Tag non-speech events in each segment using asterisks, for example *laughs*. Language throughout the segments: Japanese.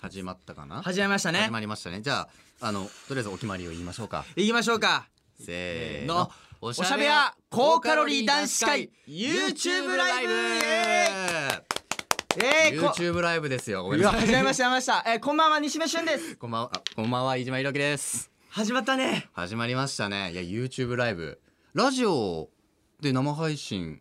始まったかな始めましたね始まりましたねじゃああのとりあえずお決まりを言いましょうか行きましょうかせーののおしゃべや高カロリー男子会 YouTube ライブえー、こ YouTube ライブですよごめんうなわさい始めました始めました、えー、こんばんは西目俊で *laughs* すこんばんはあこんばんは飯島ひろきです始まったね始まりましたねいや YouTube ライブラジオで生配信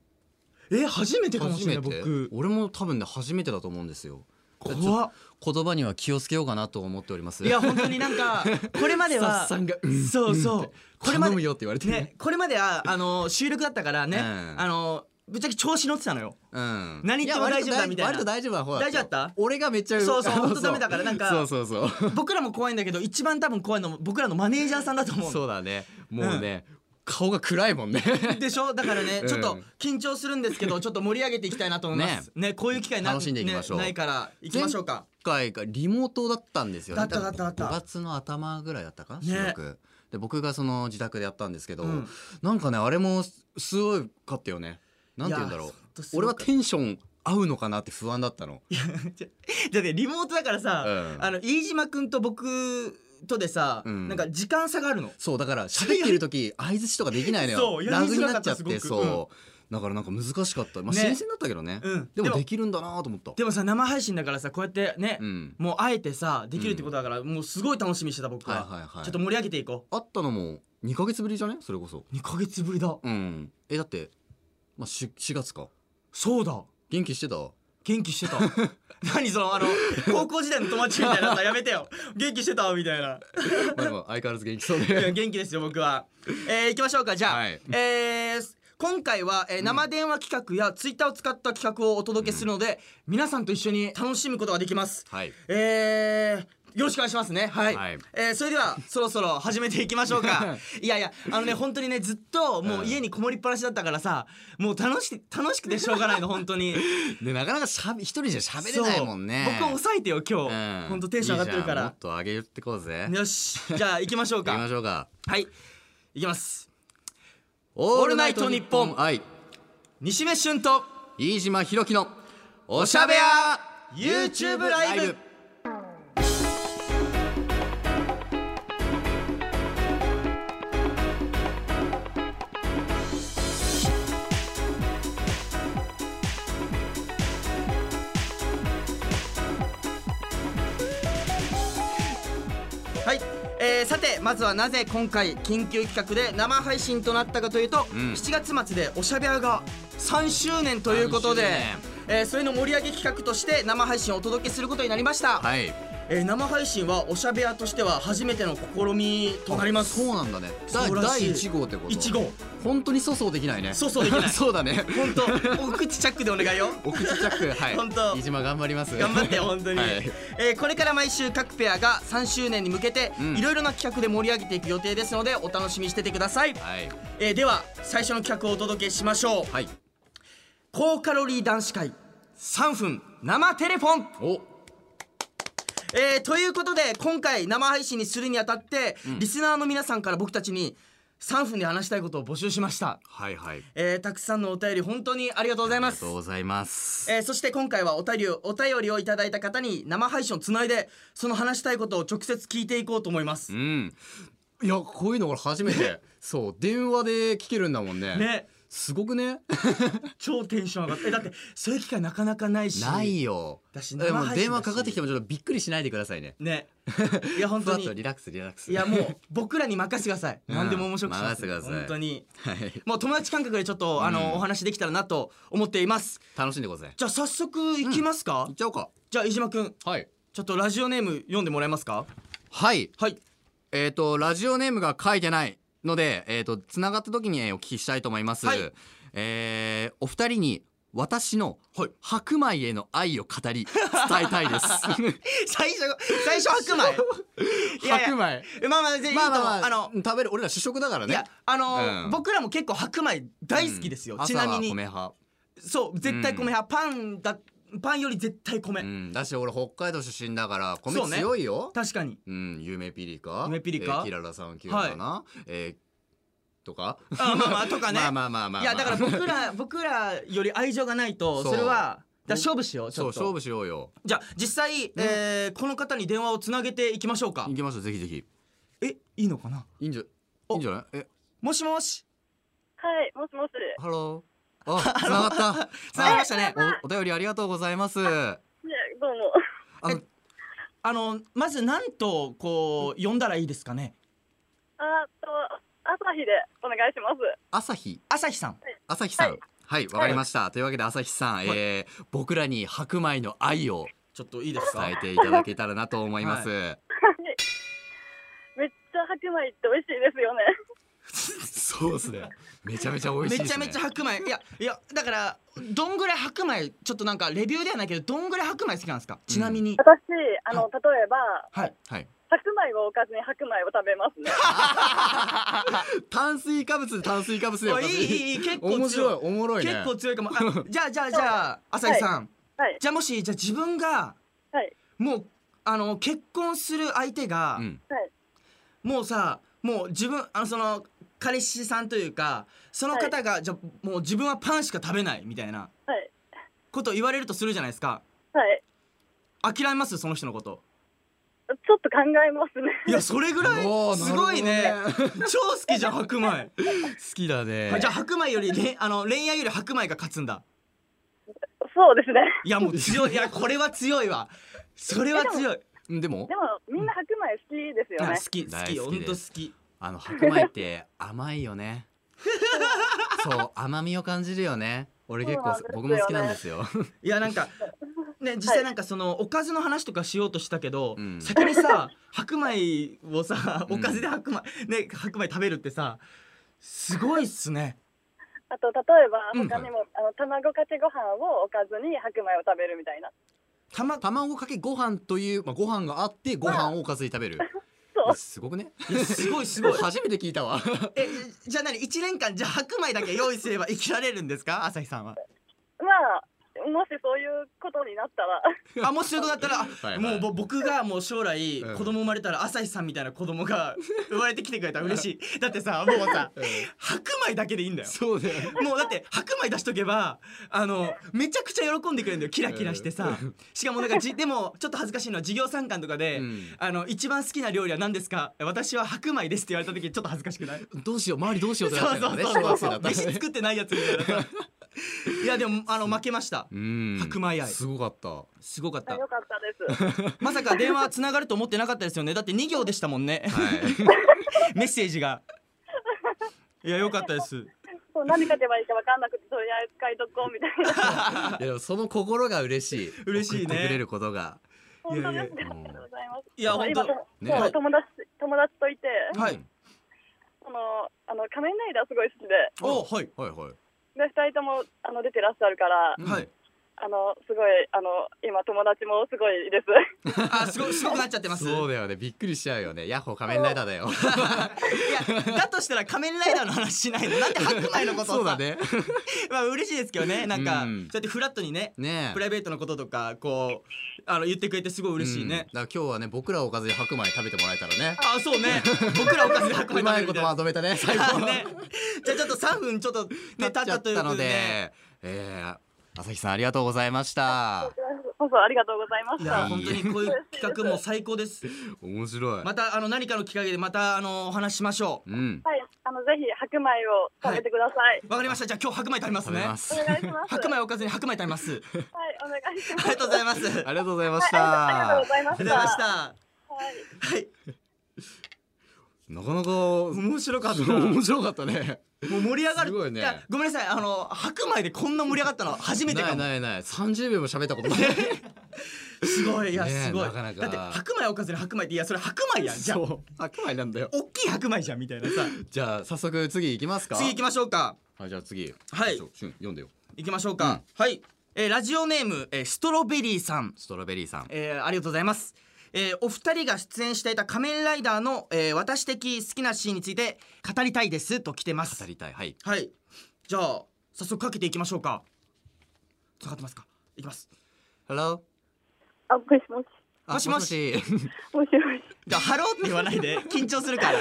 えー、初めてかもし初れめないて僕俺も多分ね初めてだと思うんですよ怖っ言葉には気をつけようかなと思っておりますいや本当になんかこれまではスタッフさんがうんそうそうこれま頼むでよって言われてねこれまではあの収録だったからね、うんあのぶっちゃけ調子乗ってたのようん何言っても大丈夫だみたいな割と大丈夫な方だ大丈夫だった俺がめっちゃそうそうあの本当ダメだからなんかそうそうそう僕らも怖いんだけど一番多分怖いのも僕らのマネージャーさんだと思うのそうだねもうね、顔が暗いもんねでしょだからね、うんちょっと緊張するんですけどちょっと盛り上げていきたいなと思いますねこういう機会な楽しんでいきましょうねないから行きましょうか今回がリモートだったんですよねだっただっただった5月の頭ぐらいだったかなね収録で僕がその自宅でやったんですけど、うんなんかねあれもすすごいかったよねなんて言うんだろいやうほんとすご俺かはったテンション合うのかなって不安だったの *laughs* だってリモートだからさ、うんあの飯島君と僕とでさ、うんなんか時間差があるのそうだから喋ってる時相槌とかできないのよそうやラりグづにらかなっっちゃったすごくてそうだからなんか難しかったまあね新鮮だったけどねうんででももできるんだなと思ったでもさ生配信だからさこうやってね、うんもうあえてさできるってことだから、もうすごい楽しみにしてた僕は,、はいはいはいちょっと盛り上げていこあったのも2ヶ月ぶりじゃねそれこそう2ヶ月ぶりだうんえだってまあし4月かそうだ元気 *laughs* してた元 *laughs* 気してた何そのあの高校時代の友達みたいなさやめてよ元気してたみたいなまあでも相変わらず元気そういやで元気ですよ僕は。えー、行きましょうかじゃあ、はいえー今回は、えー生電話企画やツイッターを使った企画をお届けするので、皆さんと一緒に楽しむことができます。はいえーよろしくお願いしますね。はい。はいえーそれでは、そろそろ始めていきましょ *laughs* うか。いやいや、あのね、本当にね、ずっと、もう家にこもりっぱなしだったからさ、もう楽し、楽しくてしょうがないの、本当 *laughs* に。でなかなかしゃべ一人じゃ喋れないもんねそう僕抑えてよ、今日。うん本当テンション上がってるかいいら。じゃんもっと上げてこうぜよし。じゃあ、行きましょ *laughs* う行きまか。しょうかはい。行きます。オールナイトニッポンはい西目俊と、飯島ひろきのおしゃべや YouTube ライブはい、えーさてまずはなぜ今回緊急企画で生配信となったかというと、ん7月末でおしゃべりが3周年ということで3周、えーそれの盛り上げ企画として生配信をお届けすることになりました、はいえー生配信はおしゃべりとしては初めての試みとなりますそうなんだねそ第うらしい第1号ってこと1号本当に粗相できないね粗相できないそうだね *laughs* 本当お口チャックでお願いよ *laughs* お口チャックはいほんと飯島頑張ります頑張ってよ本当に、はいえーこれから毎週各ペアが3周年に向けてんいろいろな企画で盛り上げていく予定ですのでお楽しみにしててください、はいえーでは最初の企画をお届けしましょうはい高カロリー男子会3分生テレフォン、おえーということで今回生配信にするにあたって、リスナーの皆さんから僕たちに3分で話したいことを募集しました、はいはいえーたくさんのお便り本当にありがとうござあいりまがすとうございますえーそして今回はお便りをお便りをいただいた方に生配信をつないでその話したいことを直接聞いていこうと思いますう。んいやこういうの俺初め *laughs* てそう電話で聞けるんだもんねねすごくね超テンション上がってえだってそういう機会なかなかないしないよだしで生配も信だし電話かかってきてもちょっとびっくりしないでくださいねねいや本ふ当わっ *laughs* とにリラックスリラックスいやもう僕らに任せてくださいうん何でも面白くし任ますせてください本当にはいもう友達感覚でちょっと、あのお話できたらなと思っています楽しんでくださいじゃあ早速いきますか、行っちゃおうかじゃあ飯島君はいちょっとラジオネーム読んでもらえますかはい *laughs* はいえっ、とラジオネームが書いてないので、えっ、と繋がった時にえーお聞きしたいと思います。はいえーお二人に私のはい白米への愛を語り伝えたいです。最初最初白米 *laughs* いやいや白米。えまあまあ、全然いいとまあ思うまあまあ、あの、食べる俺ら主食だからいねや。あの、うん僕らも結構白米大好きですよ、うんちなみ朝には米派。そう絶対米派、パンだパンより絶対米、うん。だし俺北海道出身だから米そうね強いよ。確かにうん。有名ピリカ。夢ピリカえーキララさん級かな。えーとか。 *laughs* あまあまあとかねまあまあまあまあまあ。 *laughs* いやだから僕ら僕らより愛情がないとそうそれはだから勝負しようちそうょっ勝と負しようよじゃあ実際、えーこの方に電話をつなげていきましょうか行きましょうぜひぜひえいいのかないいんじゃいいんじゃないえもしもしはい、もしもし。ハローあつながったつながりましたねおお便りありがとうございますあね、どうも。のあのまず何とこう呼んだらいいですかねあと、朝日でお願いします。朝日朝日さん朝日さんはいわかりましたというわけで朝日さんいえー僕らに白米の愛をちょっといいですか伝えていただけたらなと思いますめっちゃ白米って美味しいですよね。 *laughs* そうですねめちゃめちゃ美味しいめでちすゃねめちゃ白米いやいやだからどんぐらい白米ちょっとなんかレビューではないけどどんぐらい白米好きなんですか、ちなみに私、あの、例えば、はいはい白米をおかずに白米を食べますね。炭水化物炭水化物でおいいいいいい結構強い面白いおもろいね結構強いかもあじゃあじゃあじゃあ朝日さん、はい、じゃあもしじゃあ自分がはい、もうあの結婚する相手が、うんはい、もうさもう自分あのその彼氏さんというかその方が、じゃあもう自分はパンしか食べないみたいなはい、ことを言われるとするじゃないですかはい。諦めますその人のことちょっと考えますね。いやそれぐらおいーすごい *laughs* ねなるほど超好きじゃん白米好きだねじゃあ白米よりれんあの恋愛より白米が勝つんだそうですね。いやもう強いいやこれは強いわそれは強いうんでもでも、みんな白米好きですよあね好。き好大き好ほきんでと好すきあの白米って甘いよねそう甘みを感じるよね俺結構そうなんですよね僕も好きなんですよいやなんかね実際なんかそのおかずの話とかしようとしたけど、うん先にさ白米をさうおんかずで白米、ね白米食べるってさすごいっすねあと、例えば、うん他にも、あの、卵かけご飯をおかずに白米を食べるみたいな。たま卵かけご飯というまあご飯があってご飯をおかずに食べるそうすごくねいやすごいすごい初めて聞いたわえじゃあ何1年間じゃあ白米だけ用意すれば生きられるんですか朝日さんはまあ、もしそういうことになったら、あもしそういうことだったら、いはいもうぼ僕がもう将来うん子供生まれたら朝日さんみたいな子供が生まれてきてくれたら嬉しいだってさもうさ白米だけでいいんだよそうだよもうだって白米出しとけばあのめちゃくちゃ喜んでくれるんだよキラキラしてさしかもなんかじでもちょっと恥ずかしいのは授業参観とかで、うんあの一番好きな料理は何ですか私は白米ですって言われた時ちょっと恥ずかしくないどうしよう周りどうしようってなっそうてたそのねうそう小学生そだうったら飯ね作ってないやつみたいなさいやでもあの負けましたうん白米愛すごかったすごかったよかったです。まさか電話つながると思ってなかったですよねだって2行でしたもんね *laughs* はいメッセージがいやよかった *laughs* ですそう何書けばいいか分かんなくて、とりあえず書いとこうみたいな。いやでもその心が嬉しい嬉しい送ねってくれることが本当ですいか。ありがとうございます。いや本当今とねそう友達友達といて、はいそのあの仮面ライダーすごい好きで、おはいはいはいで二人ともあの出てらっしゃるから、うんはいあのすごいあの今友達もすご *laughs* いです。あすごすごくなっちゃってますそうだよねびっくりしちゃうよねヤッホー仮面ライダーだよいやだとしたら仮面ライダーの話しないのなんで白米のことを *laughs* さそうだね *laughs* まあ嬉しいですけどねなんか、うんそうやってフラットにねねえプライベートのこととかこうあの言ってくれてすごい嬉しいねう、んだから今日はね僕らおかずに白米食べてもらえたらねあそうね僕らおかずで白米う食べまるいことみたいなまとめたね最あ後 *laughs* ねじゃあちょっと3分ちょっとね経っ経っちちゃゃっったというたこのとで、ね、でえー朝日さんありがとうございましたそうそうありがとうございましいやた。本当にこういう企画も最高です。面白いまたあの何かのきっかけでまたあのお話しましょうんはいあのぜひ白米を食べてください。う。わかりました。じゃあ今日白米食べます食べね。ますお願いします。白はい米おかずに白米食べ *laughs* ます。お願いしあまりがとうございます。ありがとありがとうございましす。ありがたとうございまうごし。ざいましたた。はいはい。なかなか面白かった。も面白かったねう盛り上がする。ごいねいやごめんなさい。あの白米でこんな盛り上がったの初めてなかいも。ないない30秒も喋ったこと *laughs* ないすごいいやねえすごい。なかなかだって白米おかずに白米っていやそれ白米やんじゃあ。そう白米なんだよ大きい白米じゃんみたいな *laughs* さ。じゃあ早速次行きますか次行きましょうか。はいじゃあ次はいちょしゅん読んでよ行きましょうか。はい。えーラジオネーム、えーストロベリーさん。ストロベリーさんえーありがとうございます。えーお二人が出演していた仮面ライダーの、えー私的好きなシーンについて語りたいですと来てます語。りたいはいはい。じゃあ早速かけていきましょうか。繋がってますか。いきます。 Hello あもしもしあもしもしもしもし *laughs* もしもし。じゃあハローって言わないで緊張するから。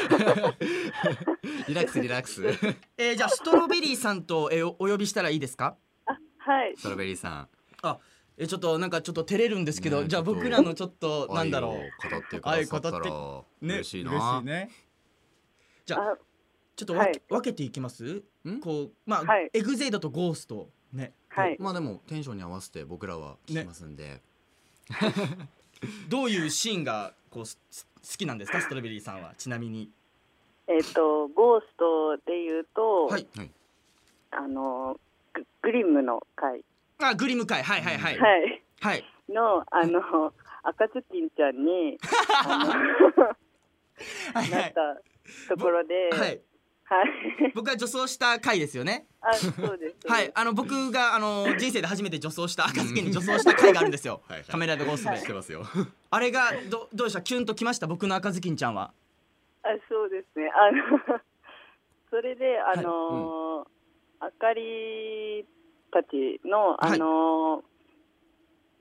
リラックスリラッ *laughs* クスえーじゃあストロベリーさんと、えーおお呼びしたらいいですか。あはいストロベリーさんあ、えちょっとなんかちょっと照れるんですけど、ねじゃあちょっと僕らのちょっとなんだろう愛を語ってくださった愛らね嬉しいな、嬉しいねじゃああちょっと分け,、はい分けていきますんこうまあ、はいエグゼイドとゴーストねはいまあでもテンションに合わせて僕らは聞きますんで、どういうシーンがこうすす好きなんですかストロベリーさんはちなみにえっ、とゴーストで言うと、はいはいあのググリムの回あグリム会はいはいはいはい、はいのあの赤ずきんちゃんにはいはなっいたところで、ははい、い僕が女装した回ですよねあそうですそうですはいあの僕があの人生で初めて女装した赤ずきんに女装した回があるんですよ *laughs* はいはいカメラでゴーストで、知ってますよあれがどどうでしたキュンときました僕の赤ずきんちゃんはあそうですねあのそれであのーあかりたちのあのー、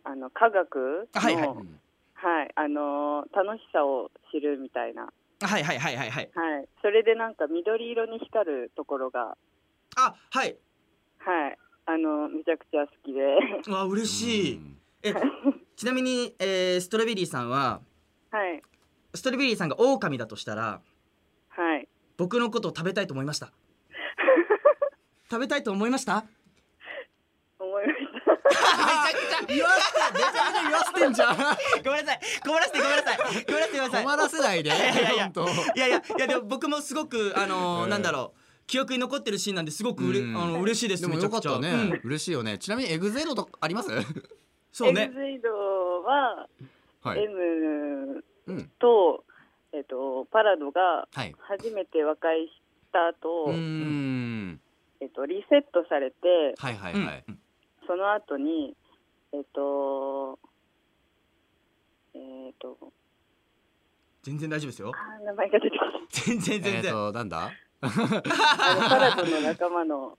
あの科学の、はいはいうんはいあのー楽しさを知るみたいな、ははいはいはいはいはいい、それでなんか緑色に光るところが、あはいはい、あのめちゃくちゃ好きで *laughs* わ嬉しい、うんえちなみに、えーストロベリーさんははいストロベリーさんが狼だとしたらはい僕のことを食べたいと思いました *laughs* 食べたいと思いました思いました言わせてめちゃめちゃ言わせてんじゃんごめんなさい困らせてごめんなさいごめんなさいごめんなさい *laughs* 困らせないでやいや本当いやいやいやでも僕もすごくあのーうんなんだろう記憶に残ってるシーンなんですごくうれ、うんあの嬉しいですでもめちゃよかくっちゃたね、うん嬉しいよねちなみにエグゼロとかあります *laughs* そうエねグゼイドははい M うんと、えっとパラドがはい初めて和解した後、うーんえっとリセットされてはいはいはい、その後にえっとえっと全然大丈夫ですよ *laughs* あー名前が出てこない全然え全っ、ー、然、となんだあの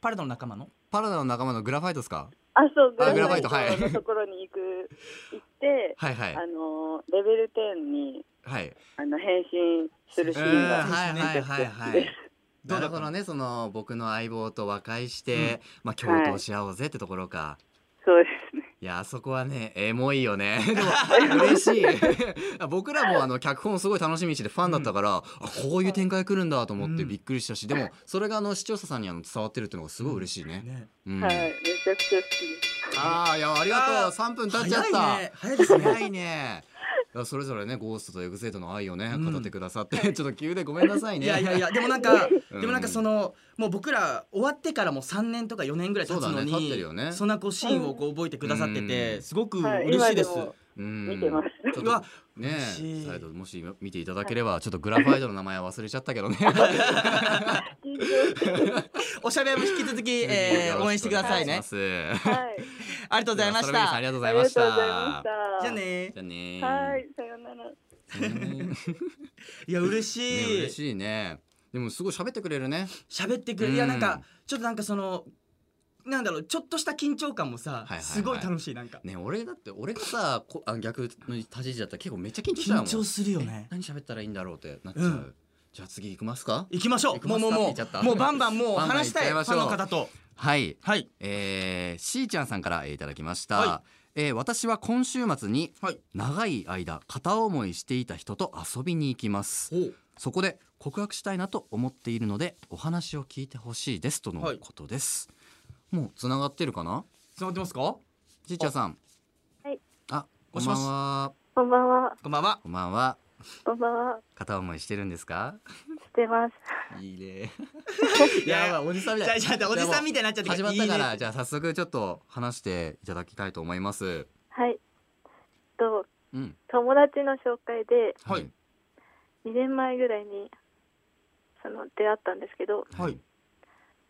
パラドの仲パルドの仲間間ののパラダの仲間のグラファイトですかあそうあグラファイグラファイトはトいのところに行く行って、はいはいあのレベル10にはいあの変身するシうーんンが、はいはいはいはい *laughs* どなうだるったほどねその僕の相棒と和解して、まあ共闘し合おうぜってところか、そうですねい、やあそこはねエモいよ *laughs* ねでも嬉しい *laughs* 僕らもあの脚本すごい楽しみにしててファンだったから、あこういう展開来るんだと思ってびっくりしたし、でもそれがあの視聴者さんにあの伝わってるっていうのがすごい嬉しいね、ねうんはいめちゃくちゃ好きですあーいやありがとあうー三分経早っいちゃったね早いですね早いねいやそれぞれねゴーストとエグゼイトの愛をねうん語ってくださって、ちょっと急でごめんなさいねいやいやいやでもなんかうんでもなんかそのもう僕ら終わってからもう3年とか4年ぐらい経つのそうだね経っにてるよねそんなこうシーンをこう覚えてくださってうてんすごくはい嬉し今いで。ですもうん見てますちょっうとわね嬉しい再度もし見ていただければちょっとグラファイドの名前は忘れちゃったけどね *laughs* 緊張しておしゃべりも引き続き、えー応援してくださいね。あはいありがとうございましソラベリーさんありがた。じとうございありがとうまごしたざいましたゃあねじゃあねはいさようならうんねいや嬉し嬉い。しいねでもすごい喋ってくれるね喋ってくれうるんいやなんかちょっとなんかそのなんだろうちょっとした緊張感もさはいはいすごい楽しいなんかね俺だって俺がさこあ逆の立ち位置だったら結構めっちゃ緊張しちゃうも緊ん張するよね。何喋ったらいいんだろうってなっちゃう、うんじゃあ次行きますか行きましょ行う。きもますうもうかもって言っちゃっうたもうバンバンもうバンバン話したい行っちゃフいァましょうンの方と。はいはいえー、しーちゃんさんからえーいただきました、はえー私は今週末にはい。長い間片思いしていた人と遊びに行きますおそこで告白したいなと思っているのでお話を聞いてほしいですとのはいことです、もうつながってるかなつながってますか？しーちゃんさんはいあこもんばしもしんはこんばんはこんばんは。こんばんはこんばんは片思いしてるんですかしてますいい *laughs* ねいややばいおじさんみじたゃあいじゃあおじさんみたいになっちゃって始まったからいいねじゃあ早速ちょっと話していただきたいと思いますはいとうん友達の紹介ではい2年前ぐらいにその出会ったんですけどはい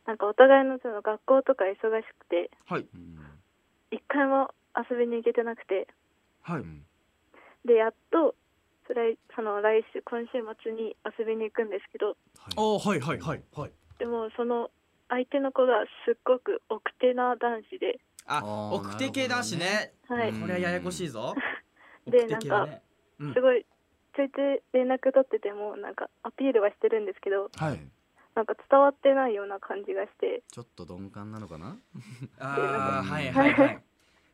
なんかお互いのその学校とか忙しくてはいうん一回も遊びに行けてなくてはういんでやっとそれその来週今週末に遊びに行くんですけどはいあはいはいはいはいでもその相手の子がすっごく奥手な男子であーあ奥手系男子ねはい、うんこれはややこしいぞうんで奥手系だねうんすごいちょいちょい連絡取っててもなんかアピールはしてるんですけどはいなんか伝わってないような感じがしてちょっと鈍感なのかなあーはいはいはい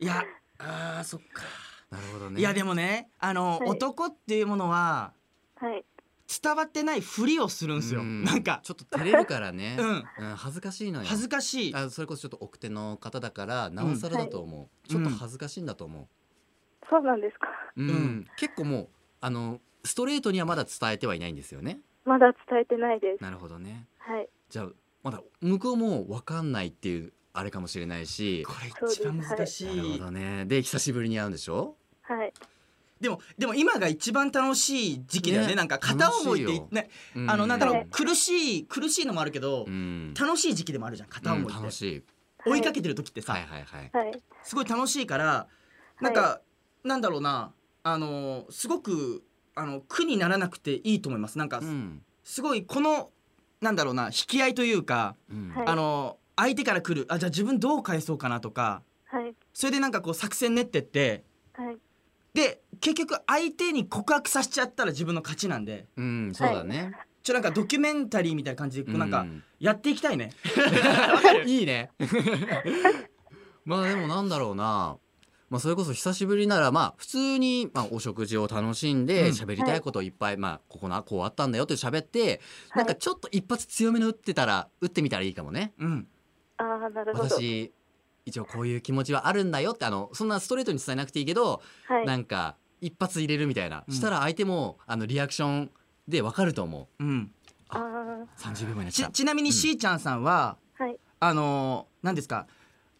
いやあーそっか、なるほどねいやでもねあの、はい男っていうものははい。伝わってないふりをするんですよ、うんなんか、ちょっと照れるからねうんうん恥ずかしいのよ恥ずかしいあそれこそちょっと奥手の方だからなおさらだと思う、ちょっと恥ずかしいんだと思そうなんですか。 *laughs* う、うんうん結構もうあのストレートにはまだ伝えてはいないんですよねまだ伝えてないです。なるほどねはい。じゃあまだ向こうも分かんないっていうあれかもしれないしこれ一番難しい、なるほどねで久しぶりに会うんでしょはい。でもでも今が一番楽しい時期だよねねなんか片思いっ楽てしいよねあのなんだはろうい苦しい苦しいのもあるけど、うん楽しい時期でもあるじゃん片思いっうん楽て、しい追いかけてる時ってさ、はいはいはいはい。すごい楽しいからなんか、なんだろうなあのすごくあの苦にならなくていいと思いますなんか、うんすごいこのなんだろうな引き合いというか、うんはいあの相手から来るあじゃあ自分どう返そうかなとかはい。それでなんかこう作戦練ってってはい。で結局相手に告白させちゃったら自分の勝ちなんでうんそうだね、ちょなんかドキュメンタリーみたいな感じでこうなんかうんやっていきたいね、いいね。 *laughs* まあでもなんだろうな。まあそれこそ久しぶりならまあ普通にまあお食事を楽しんうんで喋りたいことをいっぱいまあここなこうあったんだよって喋ってはないんかちょっと一発強めの打ってたら打ってみたらいいかもね。うんああ、なるほど。はい。私一応こういう気持ちはあるんだよってあのそんなストレートに伝えなくていいけどなんか一発入れるみたいなうんしたら相手もあのリアクションでわかると思う。うん、ああ30秒前になっちゃちっちなみにうんしーちゃんさんは、ー。はい。あのー何ですか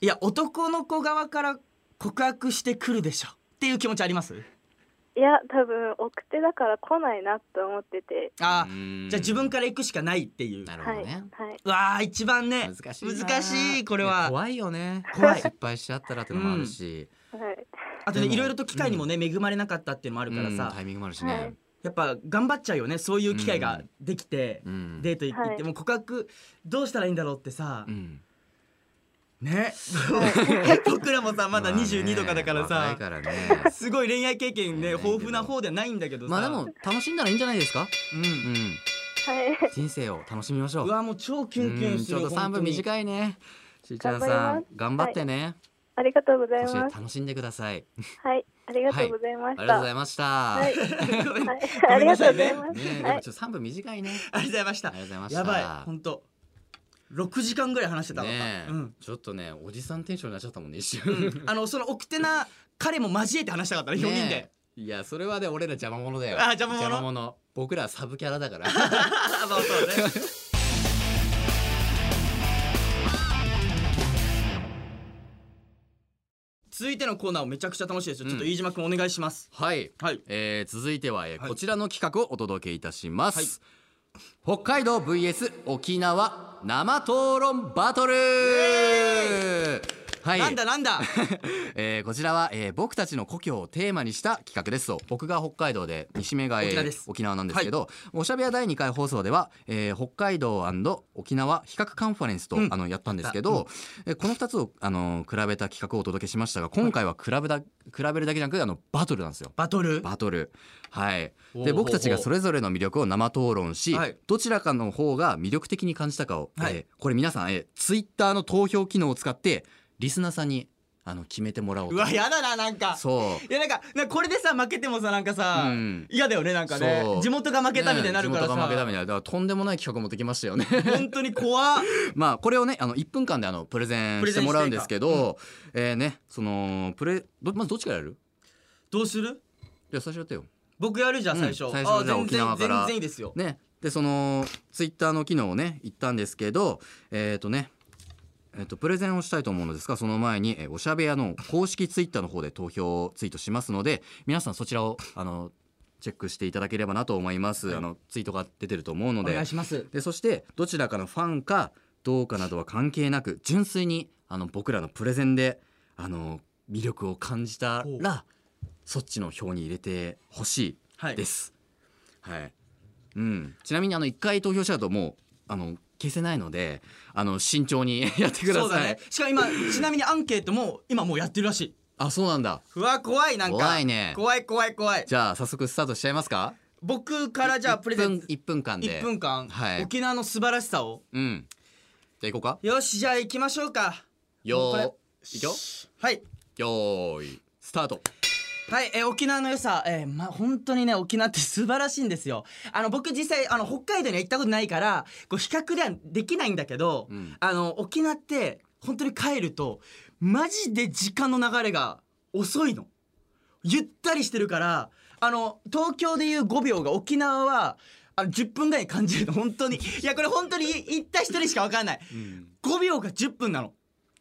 いや男の子側から告白してくるでしょっていう気持ちありますいや、多分奥手だから来ないなと思ってて。た。あーうんじゃあ自分から行くしかないっていうなるほはどい。ね。はい。わあ一番ね難しいな難しいこれはね怖いよ *laughs* ね怖い失敗しちゃったらってのもあるし、はい。あとねでもいろいろと機会にもね、恵まれなかったっていうのもあるからうんさ、タイミングもあるしはねい、やっぱ頑張っちゃうよねそういう機会ができて、うんデート行って、はいもう告白どうしたらいいんだろうってさ、うんね *laughs* 僕らもさまだあね22とかだから若いさ、からねすごい恋愛経験ねそうだけど豊富な方ではないんだけどさまあでも楽しんだらいいんじゃないですか、う、うんん、はい。人生を楽しみましょううわもう超キュンキュうンんすちょるっと3分い短いねしーちゃんさ頑張りんます頑張ってね、ありがとうございそしてます。楽しんでくださいはい。ありがとうございまありがしとうた。ございました、はい。ごめんはいごめありんながとさいうございねます。ねではもい。ちょっと3分短いねありがとうございましあたりがとうございましたやばい本当6時間ぐらい話してたのか、ねえ、うんちょっとねおじさんテンションになっちゃったもんね一う瞬、んあのその奥手な彼も交えて話したかったね4人で、ねえいやそれはね俺ら邪魔者だよあ邪魔者僕らはサブキャラだから *laughs* あまあそうね *laughs* 続いてのコーナーもめちゃくちゃ楽しいですよ、うんちょっと飯島君お願いしますはい、はいえー続いては、えーはいこちらの企画をお届けいたします、北海道 VS 沖縄生討論バトルはいなんだなんだえーこちらは、えー僕たちの故郷をテーマにした企画ですと僕が北海道で西目が、えー沖縄です沖縄なんですけど、おしゃべり第2回放送では、えー北海道沖縄比較カンファレンスと、うんあのやったんですけど、えーこの2つを、あのー比べた企画をお届けしましたが今回は比べだ比べるだけじゃなくあのバトルなんですよ。バトルバトルはいほうほうほでう僕たちがそれぞれの魅力を生討論し、はいどちらかの方が魅力的に感じたかを、はいえーこれ皆さん、えー、ツイッターの投票機能を使ってリスナーさんにあの決めてもらおううとわやだななんかそいやなんかなんかこれでさ負けてもさなんかさ、うん嫌だよねなんかねそう地元が負うけたみたいになるからね地元がさ、負けたみたいなだからとんでもない企画持ってきました *laughs* よね本当に怖っまあこれをねあの1分間であのプレゼンしてもらうんですけど、えーねそのプレどまずどっちからやるどうするじゃあ最初やってよ僕やるじゃん最初,、うん最初あじゃあ全沖然縄から全然いいですよ、ね、でそのツイッターの機能をね言ったんですけどえっ、とねえっとプレゼンをしたいと思うのですがその前に、えーおしゃべやの公式ツイッターの方で投票をツイートしますので皆さんそちらをあのチェックしていただければなと思います、あのツイートが出てると思うのお願でいしますでそしてどちらかのファンかどうかなどは関係なく純粋にあの僕らのプレゼンであの魅力を感じたほうらそっちの票に入れてほしいはいです。はい。うん。ちなみにあの一回投票しちゃうともうあの消せないので、あの慎重に *laughs* やってください。そうだねしかも今ちなみにアンケートも今もうやってるらしいあ、そうなんだ。うわ怖いなんか怖いね怖い怖い怖いじゃあ早速スタートしちゃいますか。僕からじゃあプレゼン一分一分間で。 1分間、はい沖縄の素晴らしさをうん。じゃあ行こうか。よしじゃあ行きましょうかよこれー。行くよ。はいよーいスタートはい、えー沖縄の良さ、えーま、本当にね沖縄って素晴らしいんですよあの僕実際あの北海道には行ったことないからこう比較ではできないんだけど、うんあの沖縄って本当に帰るとマジで時間の流れが遅いのゆったりしてるからあの東京でいう5秒が沖縄はあの10分ぐらいに感じるの本当にいやこれ本当に行った人にしか分かんない5秒が10分なの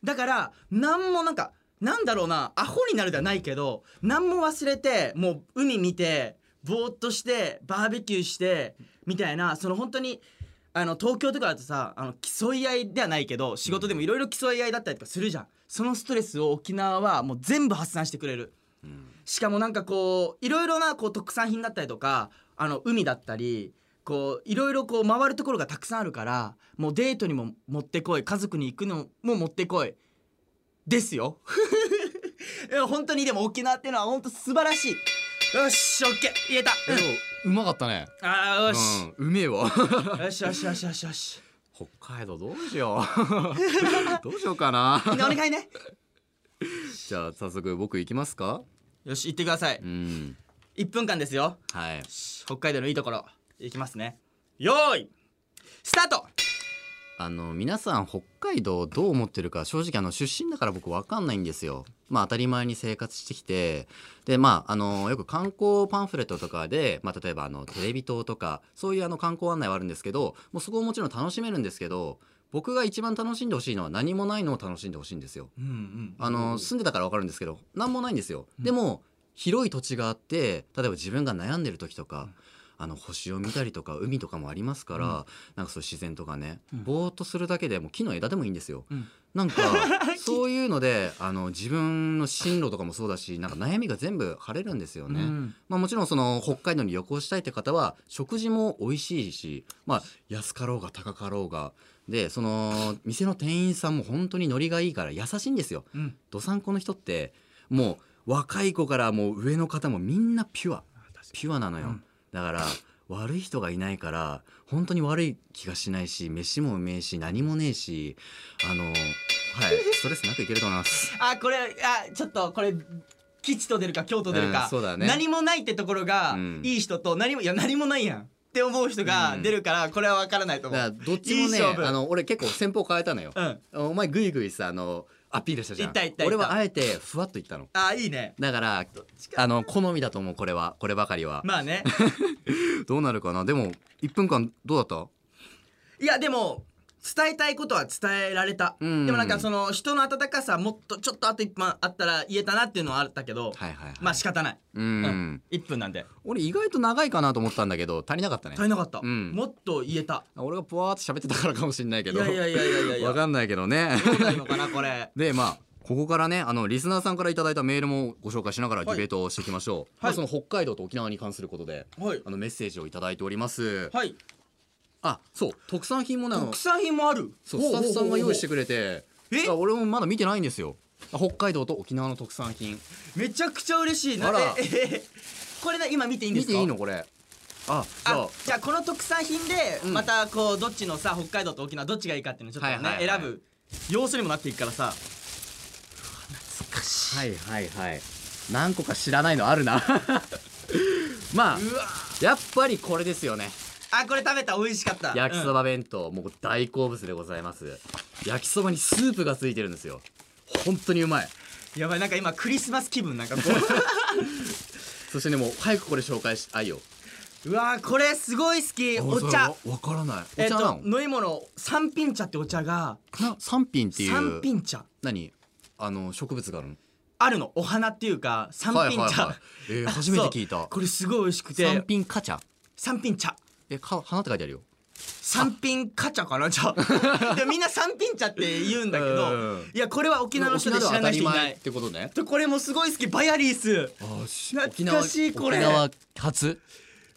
だから何もなんかなんだろうなアホになるではないけど何も忘れてもう海見てぼーっとしてバーベキューしてみたいなその本当にあの東京とかだとさあの競い合いではないけど仕事でもいろいろ競い合いだったりとかするじゃんそのストレスを沖縄はもう全部発散してくれるしかもなんかこういろいろなこう特産品だったりとかあの海だったりこういろいろこう回るところがたくさんあるからもうデートにも持ってこい家族に行くのも持ってこいですよ *laughs* いや本当にでも沖縄っていうのは本当素晴らしいよしオッケー言えた、でもうまかったねうん、あーよし、うんうめえわ *laughs* よしよしよしよしよし北海道どうしよ *laughs* うどうしようかなみんなお願いねじゃあ早速僕行きますかよし行ってくださいうん1分間ですよはい北海道のいいところ行きますねよーいスタートあの皆さん北海道どう思ってるか正直あの出身だから僕分かんないんですよ。まあ当たり前に生活してきてでまああのよく観光パンフレットとかで、まあ、例えばあのテレビ塔とかそういうあの観光案内はあるんですけどもうそこをもちろん楽しめるんですけど僕が一番楽しんでほしいのは何もないのを楽しんでほしいんですよ。うんうんあの住んでたから分かるんですけど何もないんですよ。でも広い土地があって例えば自分が悩んでる時とか、あの星を見たりとか海とかもありますから、なんかそういう自然とかね、うんぼーっとするだけでもう木の枝でもいいんですよ。うんなんかそういうのであの自分の進路とかもそうだしなんか悩みが全部晴れるんですよね。うんまあ、もちろんその北海道に旅行したいって方は食事も美味しいし、まあ、安かろうが高かろうがでその店の店員さんも本当にノリがいいから優しいんですよ。うんどさんこの人ってもう若い子からもう上の方もみんなピュアピュアなのよ、うんだから悪い人がいないから本当に悪い気がしないし飯もうめえし何もねえしあのはいストレスなくいけると思いますあこれあちょっとこれ吉と出るか京と出るうかん、そうだね何もないってところが、うんいい人と何もいや何もないやんって思う人がうん出るから、これは分からないとだ思からう。どっちもねいい勝負あの俺結構戦法変えたのようん、お前グイグイさあのアピールしたじゃんいったいったいった俺はあえてふわっといったのあいいね。だからあの好みだと思うこれはこればかりは、まあね。どうなるかなでも1分間どうだったいやでも伝えたいことは伝えられた。うんでもなんかその人の温かさもっとちょっとあと一分あったら言えたなっていうのはあったけはど、いはいはいまあ仕方ない。うん、 1分なんで俺意外と長いかなと思ったんだけど足りなかったね足りなかった、うんもっと言えた。俺がぽわーって喋ってたからかもしんないけいどやいやいやいやいやい *laughs* や。わかんないけどねどうなるのかなこれ。でまあここからねあのリスナーさんからいただいたメールもご紹介しながらディベートをしていきましょう、まあ、その北海道と沖縄に関することではいあのメッセージをいただいております、はい。あそう特産品もなの特産品もある。そうスタッフさんが用意してくれてえだから俺もまだ見てないんですよ北海道と沖縄の特産品めちゃくちゃ嬉しいなあらええこれね今見ていいんで見すかていいのこれあじゃああじゃあこの特産品でうんまたこうどっちのさ北海道と沖縄どっちがいいかっていうのをちょっとね、はいはいはい選ぶ要素にもなっていくからさはいはいはい何個か知らないのあるな *laughs* まあうわやっぱりこれですよねあこれ食べた美味しかった焼きそば、ば弁当、もう大好物でございます焼きそばにスープがついてるんですよ本当にうまいうんやばいなんか今クリスマス気分なんかこそしてねもう早くこれ紹介したいよ *laughs* ううわこれすごい好きお茶わからないえおっ茶なとの、飲み物三品茶ってお茶がな三品っていう三品茶何あの植物があるのあるのお花っていうか三は品茶、いはいはいえー初めて聞い *laughs* そうたこれすごい美味しく三て品か茶三品茶えか花って書いてあるよ三品カチャかなじゃ *laughs* あでみんな三品茶って言うんだけど、うんいやこれは沖縄の人で知沖ら縄でなはい当たり人いな前っいてことねでこれもすごい好きバイアリースあし懐かしい沖縄これ沖縄初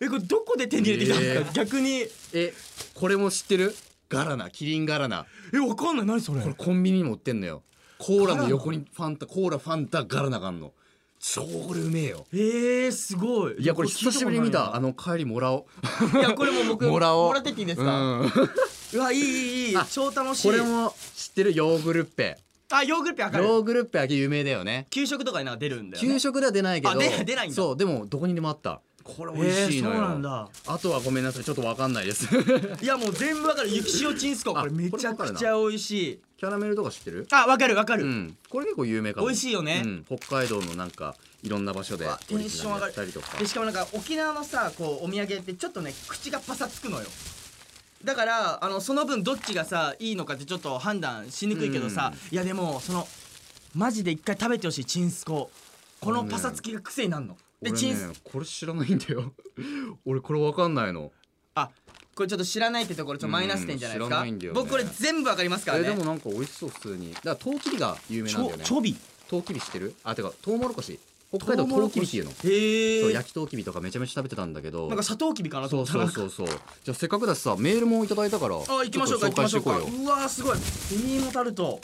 えこれどこで手に入れてきたんですか、え逆にえこれも知ってるガラナキリンガラナえわかんない何それこれコンビニにも売ってんのよコーラの横にファンタコーラファンタガラナがあんの超これうめえよえー、すごいいやこれ久しぶりに見たあの帰りもらおう *laughs* いやこれもう僕もらおうってっていいですうか、んうわいいいいいいあ超楽しいこれも知ってるヨーグルッペあヨーグルペわかるヨーグルッペだけ有名だよね給食とかになんか出るんだよ、ね、給食では出ないけどあ出出ないんだそうでもどこにでもあったこれえ美味しいー、そのうよ、なんだあとはごめんなさいちょっとわかんないです *laughs* いやもう全部わかる雪塩チンスコあこれめちゃくちゃ美味しいキャラメルとか知ってるあわかるわかうる、んこれ結構有名かも美味しいよねうん、北海道のなんかいろんな場所でうわテンション上がるオリジナルやったりとかでしかもなんか沖縄のさこうお土産ってちょっとね口がパサつくのよだからあのその分どっちがさいいのかってちょっと判断しにくいけどさ、いやでもそのマジで一回食べてほしいチンスコこのパサつきが癖になるので俺チンスねこれ知らないんだよ *laughs* 俺これわかんないのあこれちょっと知らないってところちょっとマイナス点じゃないですうん知らか、ないんだよね僕これ全部わかりますからえねでもなんか美味しそう普通にだからトウキビが有名ちなんょだよねちょびトウキビ知ってるあてかトウモロコシ北海道トウキビっていうのへーそう焼きトウキビとかめちゃめちゃ食べてたんだけどなんかサトウキビかなとそ思うったらそうそうそうじゃあせっかくだしさメールもいただいたからああ行きましょうか行紹きま介してしょうこかううよわーすごい紅芋タルト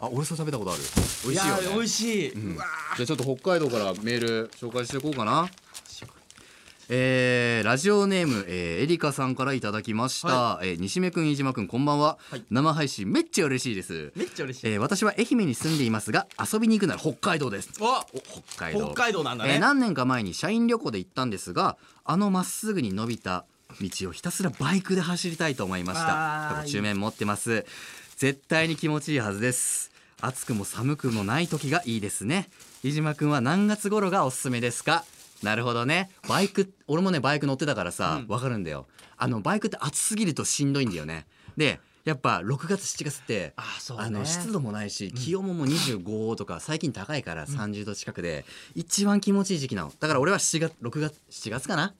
あ俺それ食べたことある美味しいよやねー美味しい、うんうわーじゃあちょっと北海道からメール紹介していこうかなえーラジオネーム、えー、エリカさんからいただきました、えー西目くん飯島くんこんばんは、はい生配信めっちゃ嬉しいです、めっちゃ嬉しい、えー私は愛媛に住んでいますが遊びに行くなら北海道ですわお北海道北海道なんだえねー、何年か前に社員旅行で行ったんですがあのまっすぐに伸びた道をひたすらバイクで走りたいと思いましあーた過去中面持ってます絶対に気持ちいいはずです暑くも寒くもない時がいいですね飯島くんは何月頃がおすすめですかなるほどねバイク俺もねバイク乗ってたからさうんわ、かるんだよあのバイクって暑すぎるとしんどいんだよねでやっぱ6月7月ってあそうねあの湿度もないし気温ももう25とか最近高いから30度近くで一番気持ちいい時期なのだから俺は7月6月7月かな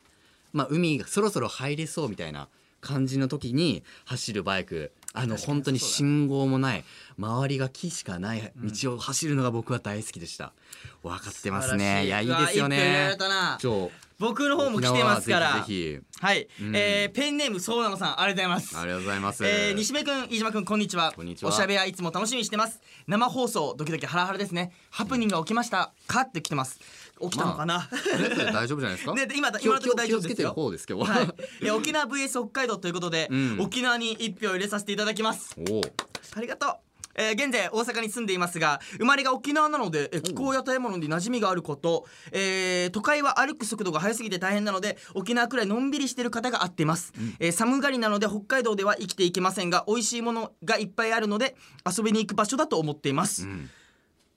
まあ海がそろそろ入れそうみたいな感じの時に走るバイクあの確かに本当にそうだ信号もない周りが木しかない道を走るのが僕は大好きでした分かってますねいやいいですようわ一歩やらねれたな超僕の方も来てますからぜひぜはい、うんえーペンネームそうなのさんありがとうございますひありがとうございますえー西目くん飯島くんこんにちはこんにちはおしゃべりはいつも楽しみにしてます生放送ドキドキハラハラですねハプニングが起きましたかって来てます起きたのかな、それぞれ大丈夫じゃないですか *laughs* ねで今気を今のところ大丈夫気をつでけすてるよ方ですけど、 *laughs* はい、いや沖縄 VS 北海道ということで、うん沖縄に一票入れさせていただきま *laughs* すおおありがとう、えー現在大阪に住んでいますが生まれが沖縄なので、えー気候や食べ物に馴染みがあること、えー都会は歩く速度が速すぎて大変なので沖縄くらいのんびりしてる方が合ってます、えー寒がりなので北海道では生きていけませんが美味しいものがいっぱいあるので遊びに行く場所だと思っています、ん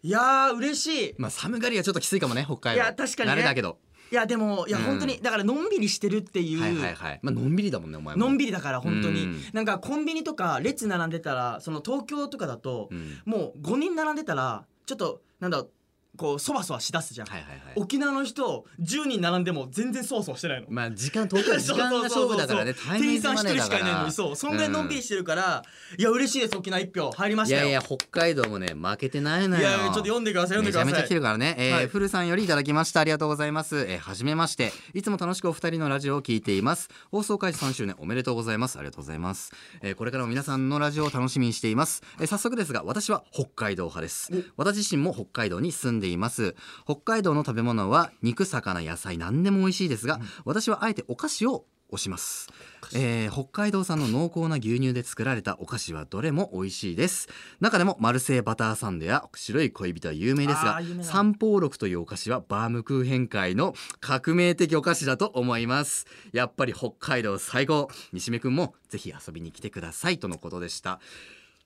いやー嬉しいまあ寒がりはちょっときついかもね北海道いや確かにね慣れだけどいやでもいやうん本当に、だからのんびりしてるっていう、はいはいはいまあのんびりだもんねお前ものんびりだから本当に、うんなんかコンビニとか列並んでたらその東京とかだと、うんもう5人並んでたらちょっとなんだろうこうそわそわしだすじゃん、はいはいはい沖縄の人10人並んでも全然そわそわしてないの。まあ時間東京 *laughs* は時間が勝負だからねタイミ店員ングさんマ一ネー人だしかからいないのにそうそんぐらいのんびりしてるから、いや嬉しいです沖縄一票入りまいしたやよいや北海道もね負けてないのよいやちょっと読んでください読めんでくちゃだめちさゃ来ているからね、えーはいフルさんよりいただきましたありがとうございますえー、はじめましていつも楽しくお二人のラジオを聞いています放送開始3周年おめでとうございますありがとうございます、えーこれからも皆さんのラジオを楽しみにしています、えー早速ですが私は北海道派です私自身も北海道に住んでいます北海道の食べ物は肉魚野菜何でも美味しいですが、私はあえてお菓子を押します、えー北海道産の濃厚な牛乳で作られたお菓子はどれも美味しいです中でもマルセイバターサンドや白い恋人は有名ですあがー有名だ三宝六というお菓子はバームクーヘン界の革命的お菓子だと思いますやっぱり北海道最高西目くんもぜひ遊びに来てくださいとのことでした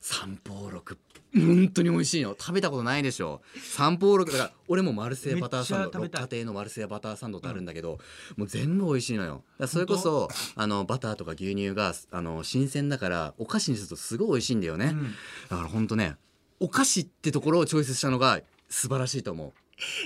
三宝六本当に美味しいの食べたことないでしょ三宝六だから俺もマルセイバターサめンっちゃド食べ六たい家庭のマルセイバターサンドってあるんだけど、もう全部美味しいのよだからそれこそあのバターとか牛乳があの新鮮だからお菓子にするとすごい美味しいんだよね、うんだからほんとねお菓子ってところをチョイスしたのが素晴らしいと思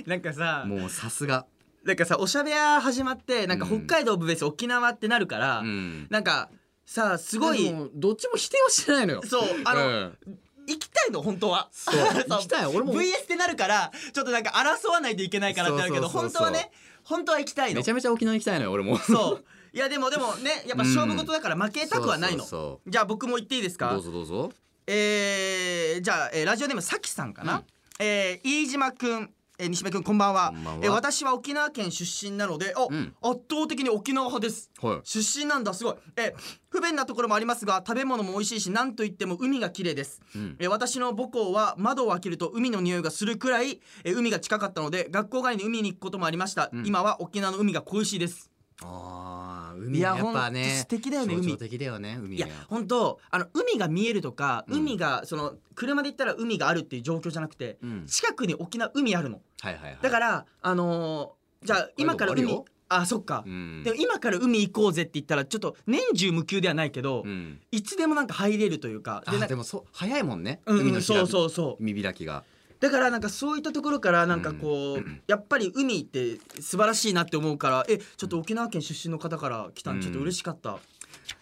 なんかさうもうさすがなんかさおしゃべり始まってなんか北海道ブベース沖縄ってなるから、うんなんかさすごでいもどっちも否定はしてないのよそうあの、うん行きたいの本当は *laughs* そう行きたい俺も VS ってなるからちょっとなんか争わないといけないからってなるけどそうそう本そう当そうはね本当は行きたいのめちゃめちゃ沖縄行きたいのよ俺もそういやでもでもねやっぱ勝負事だから負けたくはないその、うそうじゃあ僕も言っていいですそうかどうぞどうぞえー、じゃあ、えーラジオネームさきさんかな、うんえー飯島くんえー西村君こんばんはこんばんはえー私は沖縄県出身なのであ、うん圧倒的に沖縄派ですはい出身なんだすごいえー不便なところもありますが食べ物も美味しいし何といっても海が綺麗です、うんえー私の母校は窓を開けると海の匂いがするくらい、えー海が近かったので学校外に海に行くこともありました、うん今は沖縄の海が恋しいですあー海やっぱいやほんとね素敵だよね海象徴的だよね海いやね本当あの海が見えるとか、うん海がその車で行ったら海があるっていう状況じゃなくて、うん近くに沖縄海あるのはいはいはいだからあのーじゃあ今からこれで終海わあそっか、うんでも今から海行こうぜって言ったらちょっと年中無休ではないけど、うんいつでもなんか入れるというかあなんでかもそう早いもんねうんうん海の開そうきそうそう海開きがだからなんかそういったところからなんかこう、やっぱり海って素晴らしいなって思うからえちょっと沖縄県出身の方から来たうんんちょっと嬉しかった、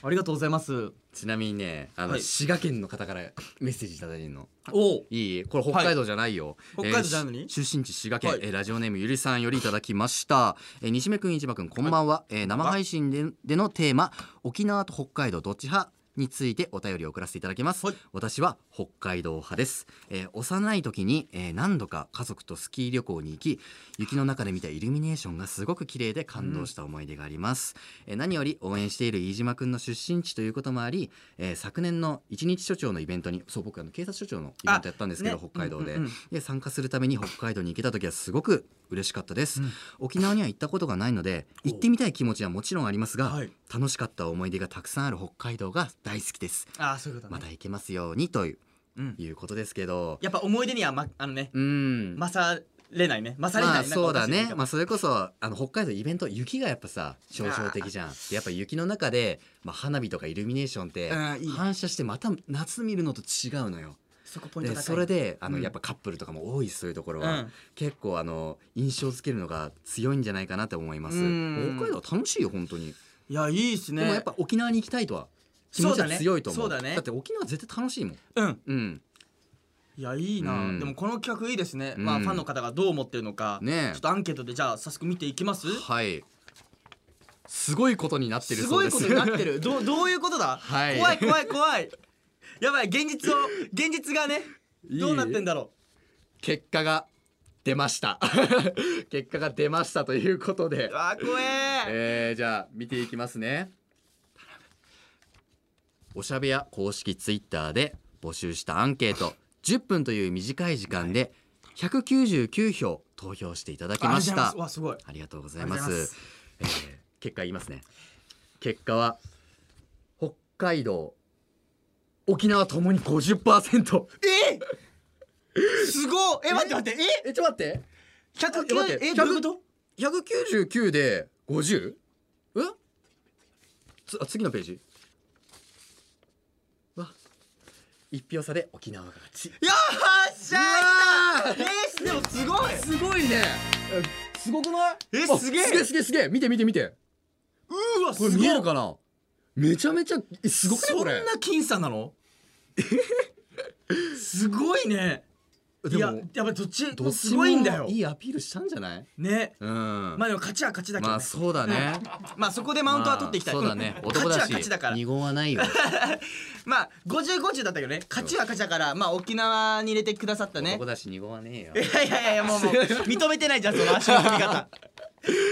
ありがとうございますちなみにねあの、はい滋賀県の方からメッセージいただいてるのおういいこれ北海道じゃないよ、はい北海道じゃないのにえーし出身地滋賀県、はいえーラジオネームゆりさんよりいただきました、えー西目くん市場くんこんばんは、えー生配信ででのテーマ沖縄と北海道どっち派についてお便りを送らせていただきます、はい私は北海道派です、えー幼い時に、えー何度か家族とスキー旅行に行き雪の中で見たイルミネーションがすごく綺麗で感動した思い出があります、えー何より応援している飯島くんの出身地ということもあり、えー昨年の一日署長のイベントにそう僕あの警察署長のイベントやったんですけど、あね北海道で、うんうんうんで参加するために北海道に行けた時はすごく嬉しかったです、沖縄には行ったことがないのでお行ってみたい気持ちはもちろんありますが、はい楽しかった思い出がたくさんある北海道が大好きですああそういうことまね、た行けますようにという,、うんいうことですけどやっぱ思い出には、ま、あのねうん勝れないね勝れなまい、あそうだなんねかおまかあそれこそあの北海道イベント雪がやっぱさ象徴的じゃんでやっぱ雪の中で、まあ、花火とかイルミネーションってうんいいね反射してまた夏見るのと違うのよしいそこポイントで高いそれであの、うんやっぱカップルとかも多いしそういうところは、うん結構あの印象づけるのが強いんじゃないかなって思いますうん北海道楽しいよ本当に、いやいいですねでもやっぱ沖縄に行きたいとは気持ちは強いと思うそうだねそうだねって沖縄絶対楽しいもんうんうんいやいいな、うんでもこの企画いいですね、まあうんファンの方がどう思ってるのか、ねえちょっとアンケートでじゃあ早速見ていきますはいすごいことになってるすそうごでいすことになってるどう *laughs* どういうことだ、はい怖い怖い怖いやばい現実を現実がねいいどうなってんだろ *laughs* 結果が出ました *laughs* 結果が出ましたということでう、わあ怖ええー、じゃあ見ていきますねおしゃべや公式ツイッターで募集したアンケート10分という短い時間で199票投票していただきありがとうましたございますわあすごいありがとうございまありがとうごすえー結果言いますね結果は北海道沖縄ともに50%えすごいえ待って待ってええちょっと待ってえ百待っ9てえどういうこと199で 50? えつあ次のページわ一票差で沖縄が勝ちよっしゃー来たえー、でもすごすいごいねすごくないえあすげえすげえすげえすげえ見て見て見てうわこれ見えるかなめちゃめちゃえすごくないそこんれな僅差 *laughs* なのすごいねいでやもやっぱどっちどもっちすもごいんだよいいアピールしたんじゃないねうんままあでも勝ちは勝ちだけど、あねそうだねまあそこでマウントは取っていきたい、まあそうだねうん男勝ちはだし勝ちだから二言はないよまあ5050だったけどね勝ちは勝ちだからまあ沖縄に入れてくださったね男だし二言はねえよいやいやいやもうもう認めてないじゃんその足の *laughs* 踏み方いや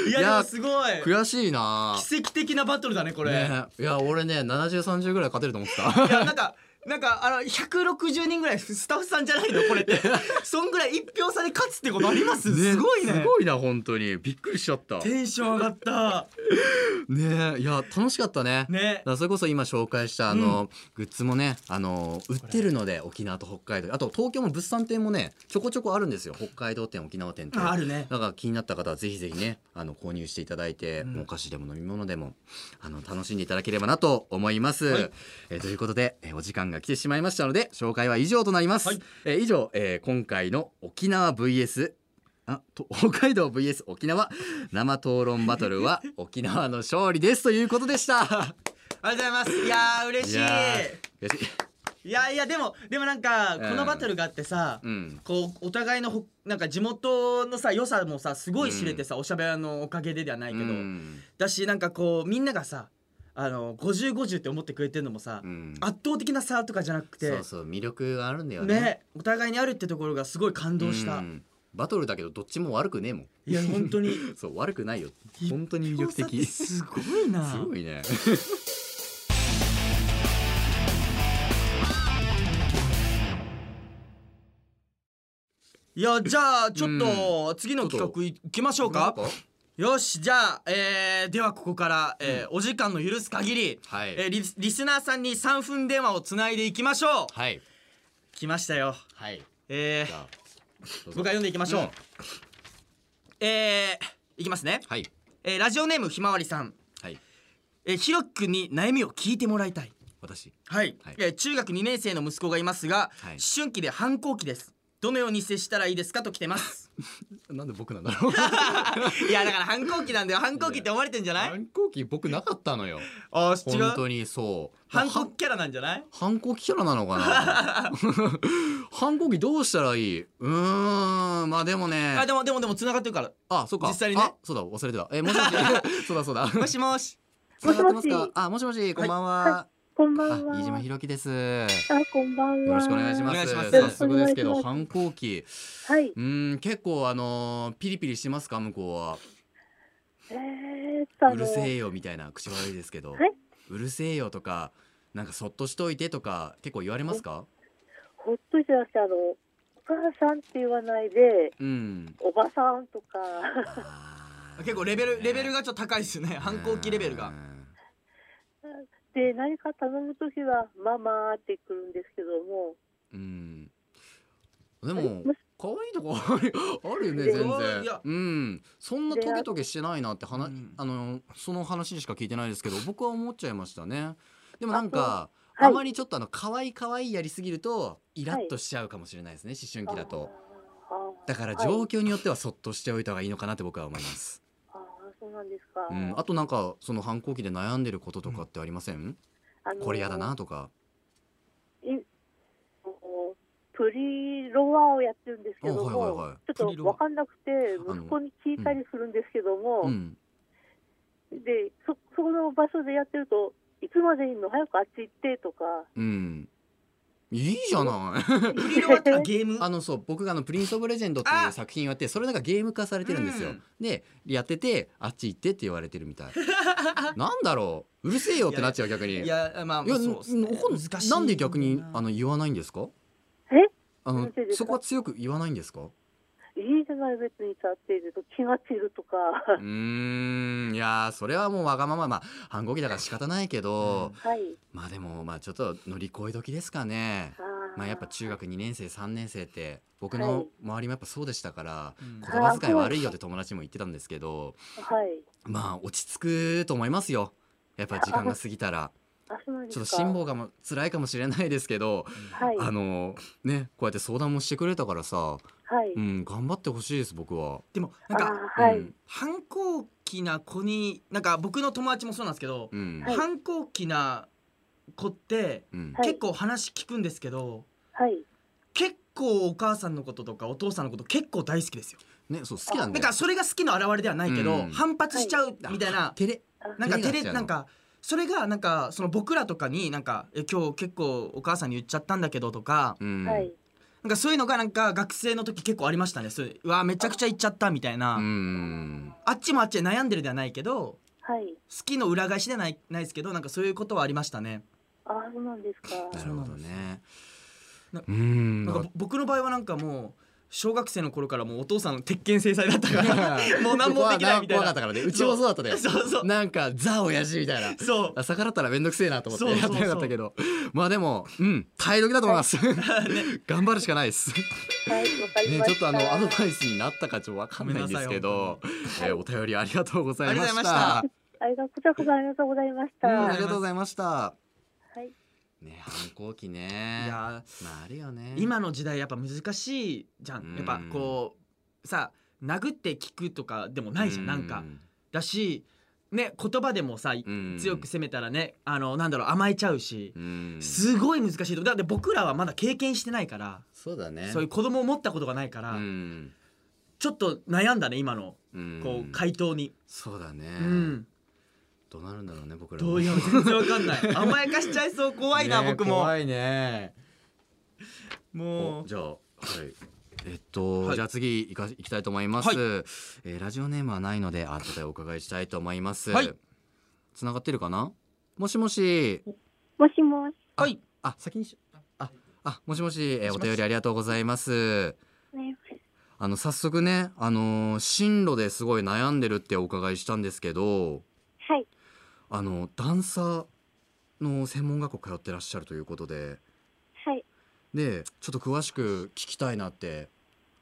いでやもすごい悔しいな奇跡的なバトルだねこれ、ねいや俺ね7030ぐらい勝てると思ってたいやなんかなんかあの160人ぐらいスタッフさんじゃないのこれってそんぐらい一票差で勝つってことあります、 *laughs* すごいねすごいな本当にびっくりしちゃったねテンション上がったいや楽しかったねねだからそれこそ今紹介したあの、グッズもねあの売ってるので沖縄と北海道あと東京も物産展もねちょこちょこあるんですよ北海道店沖縄店ってああるねだから気になった方はぜひぜひねあの購入していただいて、うんもうお菓子でも飲み物でもあの楽しんでいただければなと思います、はいえーということで、えーお時間が来てしまいましたので紹介は以上となります、はいえー以上、えー今回の沖縄 VS あと *laughs* 北海道 VS 沖縄生討論バトルは *laughs* 沖縄の勝利ですということでしたありがとうございますいやー嬉しいいややー嬉しいいやでもでもなんかこのバトルがあってさ、うんこうお互いのほなんか地元のさ良さもさすごい知れてさ、おしゃべりのおかげでではないけど、うんだしなんかこうみんながさあの5050って思ってくれてるのもさ、うん圧倒的な差とかじゃなくてそうそう魅力があるんだよねねお互いにあるってところがすごい感動した、うんバトルだけどどっちも悪くねえもんいや本当に *laughs* そう悪くないよ本当に魅力的すすごいなごいねいやじゃあちょっと次の企画いきましょうかよしじゃあ、えーではここから、えーお時間の許す限り、はいえーリスリスナーさんに3分電話をつないでいきましょうはい来ましたよはいえじーゃあどう僕ぞが読んでいきましょう、うんえーいきますね、はいえーラジオネームひまわりさん、はいえー、ひろきくんに悩みを聞いてもらいたい私はい、はいえー中学2年生の息子がいますが、はい思春期で反抗期ですどのように接したらいいですかと来てます *laughs* なんで僕なんだろういやだから反抗期なんだよ反抗期って思われてんじゃな *laughs* い反抗期僕なかったのよあー本違う当にそう反抗期キャラなんじゃない反抗期キャラなのか *laughs* な反抗期どうしたらいいうーんまあでもねあでもでもでも繋がってるからあそうか実際にねあそうだ忘れてたえもしも *laughs* しそうだそうだもしもし繋がってますもしかもしあもしもしこんばんは、こんばんは。あ飯島ひろきですよあ、こんばんは。ろしくお願いしまお願いすします早速ですけお願どいします反抗期す。はい。うーん結構あのーピリピリしてますか向こえーっうと、あはうのる、せえよみたいな口悪いですけど、はいうるせえよとかなんかそっとしといてとか結構言われますかほっとしてなくて、あの、お母さんって言わないで、うんおばさんと *laughs* か、あー結構レベルレベルがちょっと高いですね反抗期レベルうがんで、何か頼むときは、ママって来るんですけども、うん。であれももし可愛いとこある *laughs* あるよねで全い然や。うん。そんなトゲトゲしてないなって話、うんあのその話しか聞いてないですけど、僕は思っちゃいましたね。でもなんか。そうはいあまりちょっとあの可愛い可愛いやりすぎるとイラッとしちゃうかもしれないですね、思春期だとあー。だからはい状況によってはそっとしておいた方がいいのかなって僕は思います、あーそうなんですか。うん、あとなんかその反抗期で悩んでることとかってありません、あのこれやだな。とかいあのプリロワーをやってるんですけども、おはいはいはいちょっプリとロワ分かんなくてあの息子に聞いたりするんですけども、うんでそそこの場所でやってるといつまでいんの早くあっち行ってとか *laughs* うんいいじゃないプリロワってのはゲームあのそう僕があの「プリンス・オブ・レジェンド」っていあう作品をやってそれなんかゲーム化されてるんですよ、うんでやっててあっち行ってって言われてるみたいなんだろううるせえよってなっちゃう逆にいやまあいやそうっすね怒ん難しいなんで逆にあの言わないんですかえあなのんでですかそこは強く言わないんですかいいじゃない別にさっていると気が散ると *laughs* か、うーんいやーそれはもうわがまままあ反抗期だから仕方ないけど、はいまあでもまあちょっと乗り越え時ですかねあーまあやっぱ中学2年生3年生って僕はのい周りもやっぱそうでしたからうん言葉遣い悪いよって友達も言ってたんですけどはいまあ落ち着くと思いますよやっぱり時間が過ぎたらあそうなんでちょっとすか辛抱がも辛いかもしれないですけどはいあのねこうやって相談もしてくれたからさはい、うん頑張ってほしいです僕は。でもあなんかーはい、うん反抗期な子になんか僕の友達もそうなんですけど、うんはい反抗期な子ってうんはい結構話聞くんですけど、はい結構お母さんのこととかお父さんのこと結構大好きですよねそう好きなんだだよからそれが好きの表れではないけど、うん反発しちゃうみたいな照れなんか照照れれがちなのなんかそれがなんかその僕らとかになんかえ今日結構お母さんに言っちゃったんだけどとかうんはいなんかそういうのがなんか学生の時結構ありましたねそういううわめちゃくちゃ言っちゃったみたいな、うんあっちもあっちで悩んでるではないけどはい好きの裏返しではないないですけどなんかそういうことはありましたねあーそうなんですか *laughs* なるほどねなうん *laughs* なんかぼ僕の場合はなんかもう小学生の頃からもうお父さんの鉄拳制裁だったから *laughs* もう何もできないみたい怖かっなたからねうちもそうだったんだよそうそうなんかザ親父みたいなそうあ逆らったら面倒くせえなと思ってそうそうやそっうてなかったけどまあでもうん耐え時だと思います *laughs* 頑張るしかないですはいわかりねまちょしっとた、あのアドバイスになったかちょっとわかんないんですけどご、えーお便りありがとうございまありがしとうございたまありがこちらこそありがとうございました、うんはありがとうございましたいね反抗期いねやーまああるよね今の時代やっぱ難しいじゃうんんやっぱこうさ殴って聞くとかでもないじゃんなんかだしね言葉でもさん強く攻めたらねあのなんだろう甘えちゃうしうんすごい難しいとだって僕らはまだ経験してないからそうだねそういう子供を持ったことがないからうんちょっと悩んだね今のうんこう回答にそうだねうんどうなるんだろうね僕らもどういうの全然わかんない甘やかしちゃい *laughs* そう怖いなねえ僕も怖いねもおうじゃあはいえっと、はいじゃあ次いか行きたいと思います、はいえーラジオネームはないので後でお伺いしたいと思います、はいつながってるかなもしもしもしもし、はいあ先にしああもしもし、えーお便りありがとうございますね、あの早速ねあのー進路ですごい悩んでるってお伺いしたんですけどはい、あのダンサーの専門学校通ってらっしゃるということではい、でちょっと詳しく聞きたいなって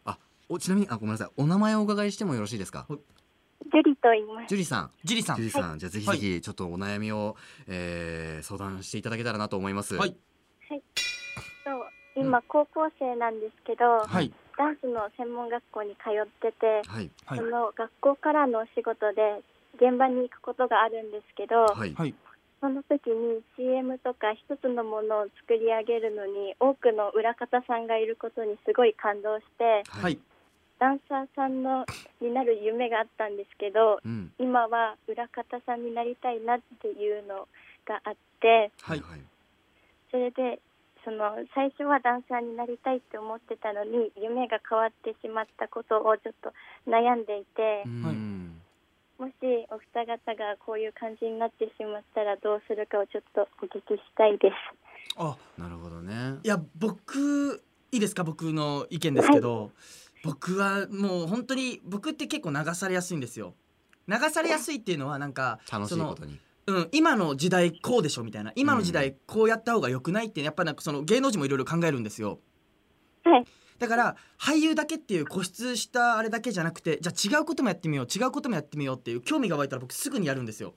あおちなみにあごめんなさいお名前をお伺いしてもよろしいですかジュリと言います。ジュリさんジュリさジュんリさん、じゃあぜひぜひちょっとお悩みを、えー相談していただけたらなと思いますはいそう今高校生なんですけど、はいダンスの専門学校に通ってて、はいはいその学校からのお仕事で現場に行くことがあるんですけど、はいはいその時に CM とか一つのものを作り上げるのに多くの裏方さんがいることにすごい感動してはいダンサーさんのになる夢があったんですけどうん今は裏方さんになりたいなっていうのがあってはいはいそれでその最初はダンサーになりたいって思ってたのに夢が変わってしまったことをちょっと悩んでいてうんもしお二方がこういう感じになってしまったらどうするかをちょっとお聞きしたいです。あなるほどねいや僕いいですか僕の意見ですけど僕はもう本当に僕って結構流されやすいんですよ流されやすいっていうのはなんか楽しそいのことにうん、今の時代こうでしょみたいな今の時代こうやった方が良くないってやっぱなんかその芸能人もいろいろ考えるんですよはいだから俳優だけっていう固執したあれだけじゃなくてじゃあ違うこともやってみよう違うこともやってみようっていう興味が湧いたら僕すぐにやるんですよ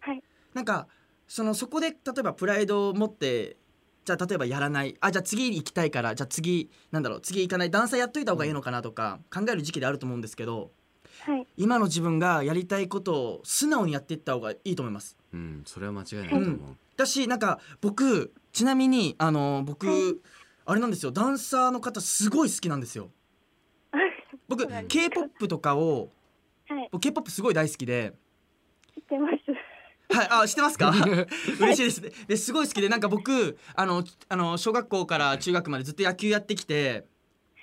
はいなんかそのそこで例えばプライドを持ってじゃあ例えばやらないあじゃあ次行きたいからじゃあ次なんだろう次行かない段差やっといた方がいいのかなとか考える時期であると思うんですけどはい *laughs* 今の自分がやりたいことを素直にやっていった方がいいと思いますうんそれは間違いないと思う、だしなんか僕ちなみにあの僕、あれなんですよダンサーの方すごい好きなんですよ。僕そうなんです k p o p とかをはい、僕 k p o p すごい大好きで。知ってます。はい、あ、知ってますか。嬉しいですね。で、すごい好きで、なんか僕、あの、あの小学校から中学までずっと野球やってきて。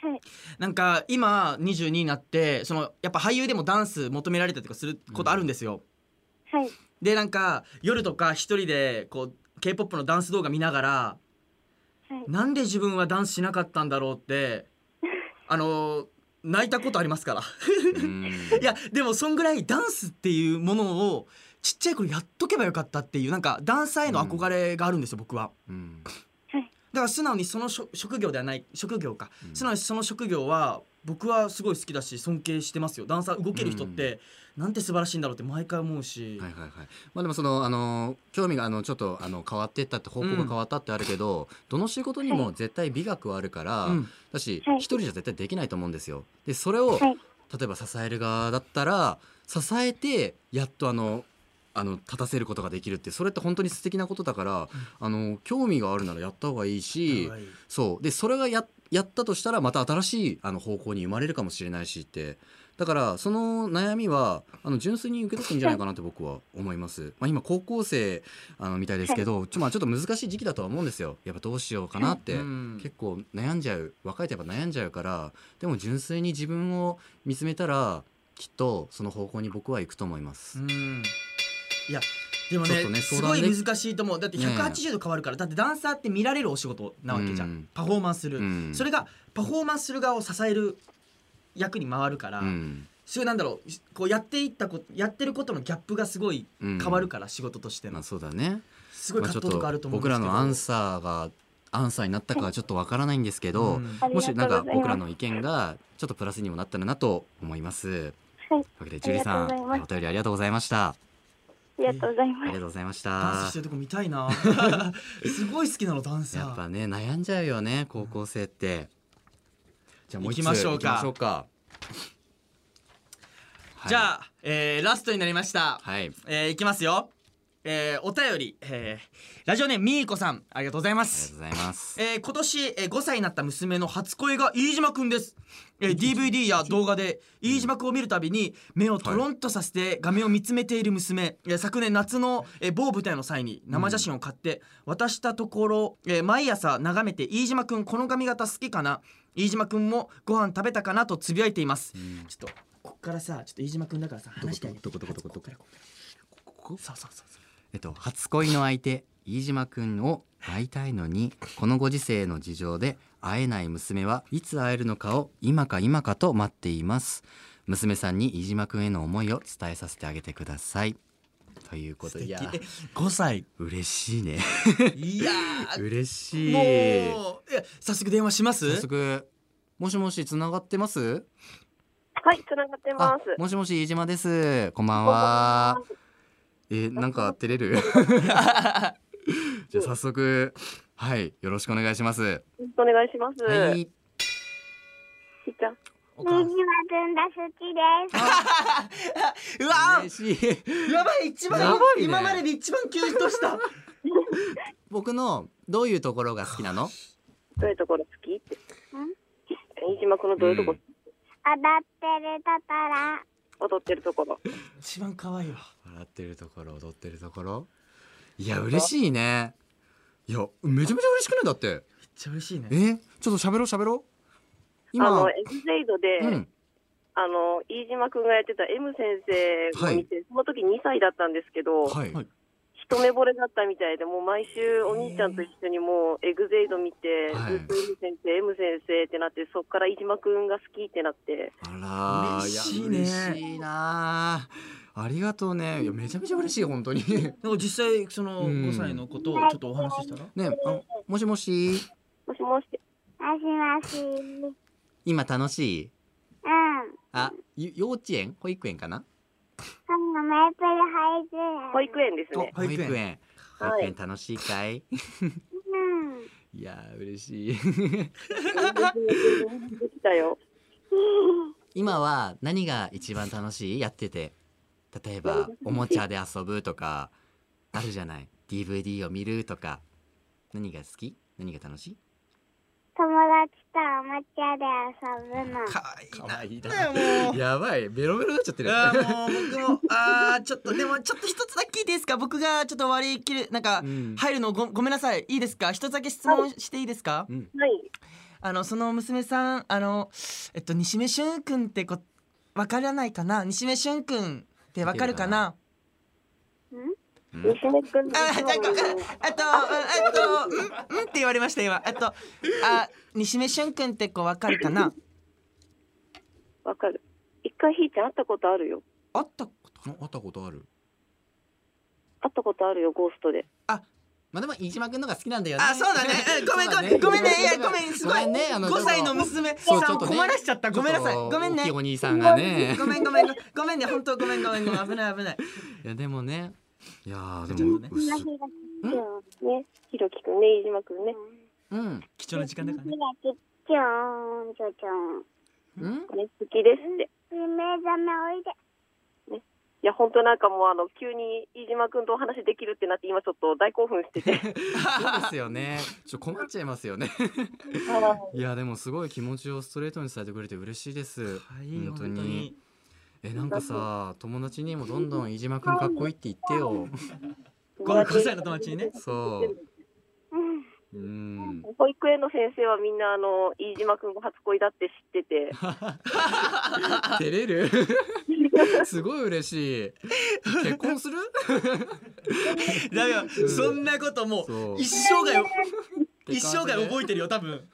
はいなんか今22になってそのやっぱ俳優でもダンス求められたりとかすることあるんですよ、はい、でなんか夜とか一人でこう k p o p のダンス動画見ながらはい。なんで自分はダンスしなかったんだろうってあの泣いたことありますからうんいやでもそんぐらいダンスっていうものをちっちゃい頃やっとけばよかったっていうなんかダンサーへの憧れがあるんですよ、僕はうんだから素直にその職職業ではない職業か、うん素直にその職業は僕はすごい好きだし尊敬してますよダンサー動ける人って、なんて素晴らしいんだろうって毎回思うし、はいはいはい。まあでもそのあの興味があのちょっとあの変わってったって方向が変わったってあるけど、どの仕事にも絶対美学はあるから、うんだしはい一人じゃ絶対できないと思うんですよ。でそれを、はい例えば支える側だったら支えてやっとあの。あの立たせることができるってそれって本当に素敵なことだから、あの興味があるならやった方がいいし、はいそうでそれがややったとしたらまた新しいあの方向に生まれるかもしれないしってだからその悩みはあの純粋に受け取っていいんじゃないかなって僕は思います、まあ、今高校生あのみたいですけどちょ,、まあ、ちょっと難しい時期だとは思うんですよやっぱどうしようかなって、うん結構悩んじゃう若いとやっぱ悩んじゃうからでも純粋に自分を見つめたらきっとその方向に僕は行くと思います、うんいやでもちょねっとねす相ご談いね難しいと思うだってねえ180度変わるからだってダンサーって見られるお仕事なわけじゃん、うんパフォーマンスする、うんそれがパフォーマンスする側を支える役に回るから、うんすごいなんだろうこうやっていったことやってることのギャップがすごいうん、変わるから、仕事としてまあのそうだねすごい葛藤とかあると思うんまであちすけょっど、僕らのアンサーがアンサーになったかはちょっとわからないんですけど、うんありもがしとうごなんざかいます。僕らの意見がちょっとプラスにもなったらなと思います。はといいうわけでジュリーさありんがとうございますお便りありがとうございました。あありがとうございまりが。すとうございましダンスたして。るとこ見た *laughs* いなすごい好きなのダンサやーっぱね悩んじゃうよね高校生って。じゃあもう一つ行きましょ行うかきましょうか。はいじゃあ、えーラストになりました、はいあえーいきますよ、えーお便り、えーラジオネームみーこさんありがとうございまりがすとうございます。えー今年、えー5歳になった娘の初恋が飯島くんです、えー DVD や動画で飯島くんを見るたびに目をトロンとさせて画面を見つめている娘、えー昨年夏の、えー某舞台の際に生写真を買って渡したところ、えー毎朝眺めて飯島くんこの髪型好きかな飯島くんもご飯食べたかなとつぶやいていますうんちょっとこっからさちょっと飯島くんだからさ話してあげてどこどこどこどこどこからこここそうそうそうそうえっと初恋の相手飯島くんを会いたいのにこのご時世の事情で会えない娘はいつ会えるのかを今か今かと待っています娘さんに飯島くんへの思いを伝えさせてあげてくださいということ *laughs* でいや素敵5歳嬉しいねいや嬉しーいもういや早速電話します早速もしもしつながってますはい、つながってまあす。もしもし飯島ですこんばんはえなんか照れ *laughs* る *laughs* じゃあ早速はいよろしくお願いしますお願いします。はいしーちゃん。おにじ母さまくんんが好きです。うわー嬉しい *laughs* やばい一番やばいね今までで一番キュンとした僕のどういうところが好きなのどういうところ好きって。飯島君のどういうとこ踊ってるところ。ろ、踊ってるところ。一番可愛いわ笑ってるところ踊ってるところいや嬉しいねいやめちゃめちゃ嬉しくないだってめっちゃ嬉しいねえちょっと喋ろう喋ろうあ今の、エグゼイドで、うんあの、飯島君がやってた M 先生を見て、その時2歳だったんですけど、はい、はい一目惚れだったみたいで、もう毎週お兄ちゃんと一緒にもうエグゼイド見て、はいずっと M 先生、M 先生ってなって、そっから飯島君が好きってなって、あらー嬉しいやね嬉しいなーありがとうねいやめちゃめちゃ嬉しい本当に *laughs* なんか実際そのうん5歳の子とちょっとお話ししたら、ねあのもしもしもしもし、もしもし。うん。今楽しいそあゆ幼稚園保育園かなんなメープルハイジュ保育園ですね。保育園保育園はい保育園楽しいか *laughs* いうん。いやー嬉しい *laughs* できたよ。今は何が一番楽しいやってて例えばおもちゃで遊ぶとかあるじゃない DVD を見るとか何が好き何が楽しい友達とおもちゃで遊ぶの。可愛いな愛いだよもうやばいベロベロになっちゃってあーもう僕もあーちょっとでもちょっと一つだけいいですか僕がちょっと割り切るなんかうん入るのごごめんなさいいいですか一つだけ質問していいですか、うんはい。あのその娘さんあのえっと西目俊君ってこわからないかな西目俊君ってわかるかなうん西根君あなんかあとあとうんうんって言われました今あとあ西目俊君ってこわかるかなわかる。一回ひーちゃん会ったことあるよ。あったあ会ったことある会ったことあるよ、ゴーストで。まあでも飯島くんのが好きなんだよねあそう *laughs* だねうんごめんごめんごめんねいやごめんすごごいめんねあの5歳の娘そうさちょんをっとね困らしちゃったごめんなさいちょっとごめんね大きいお兄さんがねごめんごめんごめんね本当ごめんごめんごめん危ない危ないいやでもねいやーちでょもっとねうっすうん、ね、ひろきくんね、飯島くんね。うん貴重な時間だからねちちょーんちょちょーん。うんね、好きですって。目覚めおいで。いや、本当なんかもう、あの、急に飯島くんとお話できるってなって、今ちょっと大興奮し *laughs* てて。そうですよねちょっと困っちゃいますよねはいやでもすごい気持ちをストレートに伝えてくれて嬉しいですはい本当にえなんかさ友達にもどんどん飯島くんかっこいいって言ってよごめん5歳の友達にねそうん。ううん保育園の先生はみんな、あの、飯島くんが初恋だって知って *laughs* て。照れる *laughs* すごい嬉しい結婚 *laughs* するだようんそんなこともそうう一生涯て感じで一生涯覚えてるよ多分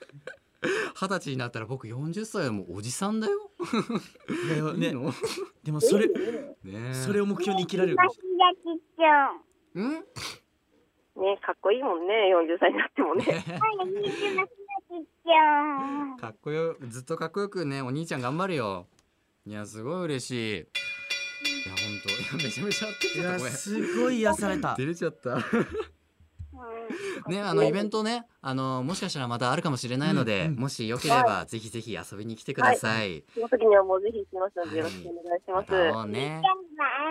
二十歳になったら僕40歳はもうおじさんだよいやいいねのでもそれねそれを目標に生きられる私がちっちゃん。うんね、かっこいいもんね、40歳になってもね。はい、にじまくんがちっちゃん。かっこよずっとかっこよくねお兄ちゃん頑張るよいやすごい嬉しいいや本当いやめちゃめちゃ合ってきいちゃったやごめんすごい癒された照れちゃったうんねあのイベントねあのもしかしたらまたあるかもしれないので、うんうんもしよければ、ぜひぜひ遊びに来てください、その時にはもうぜひしますので、よろしくお願いしま。ますた会おうね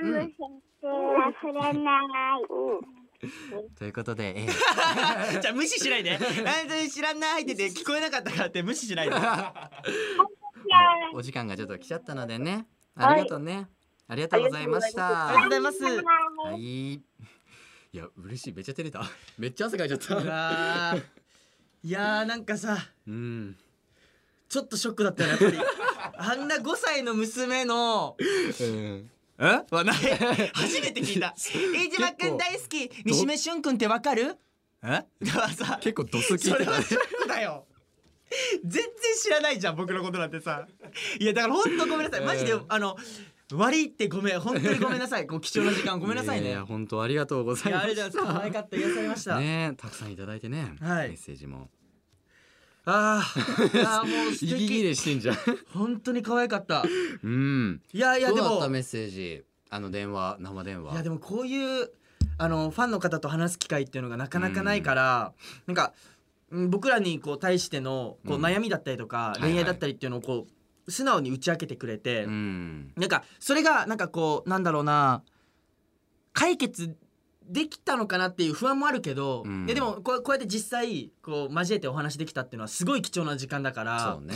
でも、アム先生は触れない。うということで、えー *laughs* じゃあ無視しないで本当に知らないってて聞こえなかったからって無視しない *laughs* であのお時間がちょっと来ちゃったのでねありがとうね、ありがとうございましたありがとうございますはいいや嬉しいめっちゃ照れた *laughs* *laughs* めっちゃ汗かいちゃっうたわーいやーなんかさうんちょっとショックだったよやっぱりあんな5歳の娘のえは *laughs* ない初めて聞い *laughs* た飯島君大好き西目俊君ってわかるえだからさ結構ドス聞 *laughs* そいれてたはねショックだよ全然知らないじゃん僕のことなんてさいやだから本当ごめんなさいマジで、うんあの悪いってごめん本当にごめんなさいこう貴重な時間ごめんなさいねいや本当ありがとうございやまあすれじゃ可愛かった癒されました、ねえたくさんいただいてね、はいメッセージもあー *laughs* あーもう素息切敵れしてんじ *laughs* ゃん本当に可愛かったうんいやいやでどうだっもたメッセージあの電話生電話いやでもこういうあのファンの方と話す機会っていうのがなかなかないから、なんかうん僕らにこう対してのこううん悩みだったりとか、いはい恋愛だったりっていうのをこう素直に打ち明けてくれて、うんなんかそれがなんかこうなんだろうな解決できたのかなっていう不安もあるけど、うんいやでもこうこうやって実際こう交えてお話できたっていうのはすごい貴重な時間だからそうね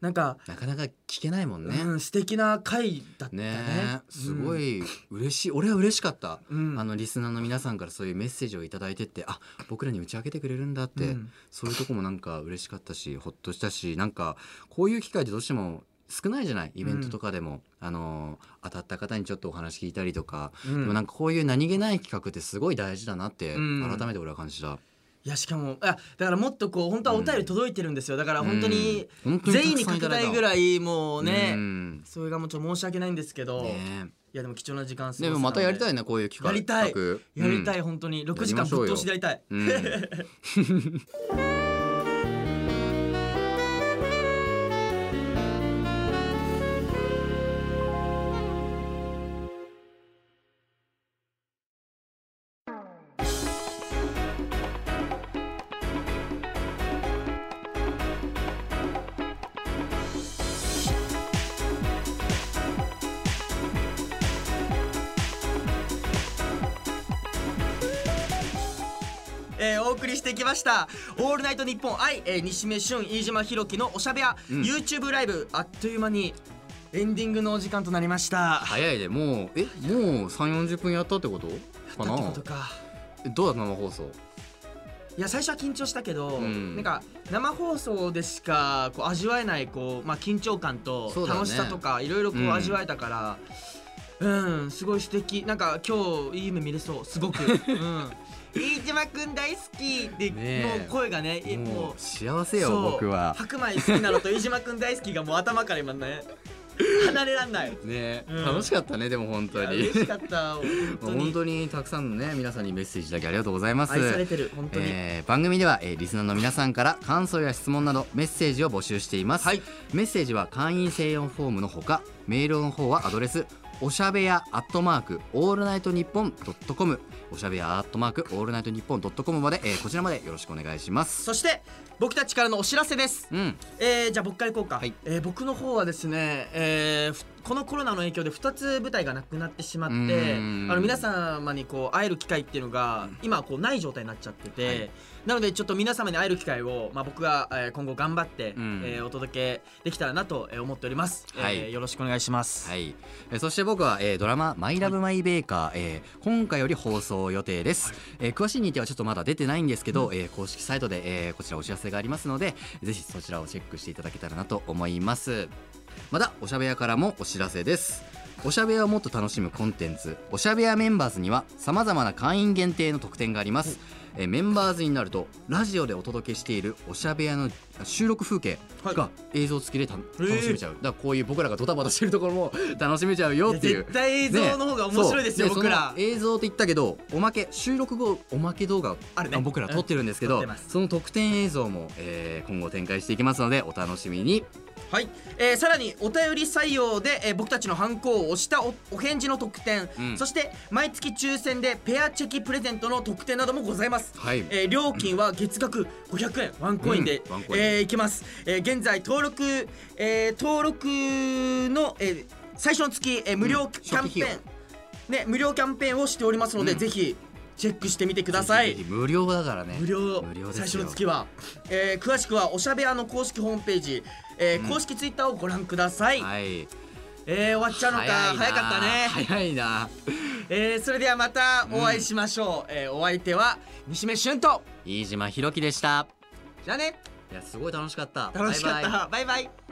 なんか、なかなか聞けないもんね、うん、素敵な回だったね。ねえすごうん、い嬉しい、俺は嬉しかった、うんあのリスナーの皆さんからそういうメッセージをいただいてってあ僕らに打ち明けてくれるんだって、うんそういうとこもなんか嬉しかったしほっとしたしなんかこういう機会ってどうしても少ないじゃないイベントとかでも、あの当たった方にちょっとお話聞いたりとか、うんでもなんかこういう何気ない企画ってすごい大事だなってうん改めて俺は感じた、いやしかもあだからもっとこう本当はお便り届いてるんですよ、だから本当にうん本当に全員にかけたいぐらいもうね、うんそれがもうちょっと申し訳ないんですけど、ねいやでも貴重な時間過ごえせたでのもまたやりたいねこういう企画やりたい企画やりたい、うん本当に6時間ぶっ通しでやりたいうん *laughs* えーお送りしてきました「オールナイトニッポン愛、えー西目俊飯島ひろきのおしゃべや、うん YouTube ライブあっという間にエンディングのお時間となりました早いでもうえもう3四4 0分やったってことかだなってことかえどうだった生放送いや最初は緊張したけど、うんなんか生放送でしかこう味わえないこう、まあ、緊張感とそうだね楽しさとか、いろいろこううん味わえたからうん、すごい素敵なんか今日いい夢見れそうすご *laughs* く、うん、飯島君大好きで、ねえもう声がねえももう幸うせよそう僕は白米好きなの *laughs* と飯島君大好きがもう頭から今ね離れらんないねえうん楽しかったねでも本当いやに嬉しかった本当 *laughs* 本当ににたくさんのね皆さんにメッセージだけありがとうございます愛されてる本当に、えー番組では、えーリスナーの皆さんから感想や質問などメッセージを募集しています、はいメッセージは会員専用フォームのほかメールの方はアドレスおしゃべやアットマークオールナイトニッポンドットコムおしゃべやアットマークオールナイトニッポンドットコムまで、えーこちらまでよろしくお願いしますそして僕たちからのお知らせですうんえー、じゃあ僕から行こうか、はいえー僕の方はですね、えーふこのコロナの影響で2つ舞台がなくなってしまっうてーんあの皆様にこう会える機会っていうのが今はこうない状態になっちゃってて、なのでちょっと皆様に会える機会を、まあ、僕が、えー今後頑張って、うんえーお届けできたらなとえー思っております、はいえーよろしくお願いします、はい、えーそして僕は、えードラマ「マイ・ラブ・マイ・ベーカー」えー今回より放送予定です、えー詳しい日程はちょっとまだ出てないんですけど、えー公式サイトで、えーこちらお知らせがありますのでぜひそちらをチェックしていただけたらなと思いますまたおしゃべやからもお知らせですおしゃべやをもっと楽しむコンテンツ「おしゃべやメンバーズ」にはさまざまな会員限定の特典があります、えーメンバーズになるとラジオでお届けしているおしゃべやの収録風景が映像付きでた楽しめちゃう、だからこういう僕らがドタバタしてるところも楽しめちゃうよいやっていう絶対映像の方が面白いですよ、ねそう僕らその映像って言ったけどおまけ収録後おまけ動画をあるね僕ら撮ってるんですけうん撮ど、ってますその特典映像も、えー今後展開していきますのでお楽しみにはい、えーさらにお便り採用で、えー僕たちのハンコを押したおお返事の特典、うんそして毎月抽選でペアチェキプレゼントの特典などもございます、はいえー料金は月額500円ワンコインで、うんワンコインえーいきます、えー現在登録、えー登録の、えー最初の月、えー無料うんキャンペーン初期費、ね、無料キャンペーンをしておりますので、うんぜひチェックしてみてくださいぜひぜひ無料だからね無料無料です最よ初の月は、えー詳しくはおしゃべやの公式ホームページ、えー公式ツイッターをご覧ください、はいえー終わっちゃうのか早早いなかったね、早いなえーそれではまたお会いしましょう、えーお相手は西目俊と飯島ひろきでしたじゃあねいやすごい楽しかった楽しかバイバっイたバイバイ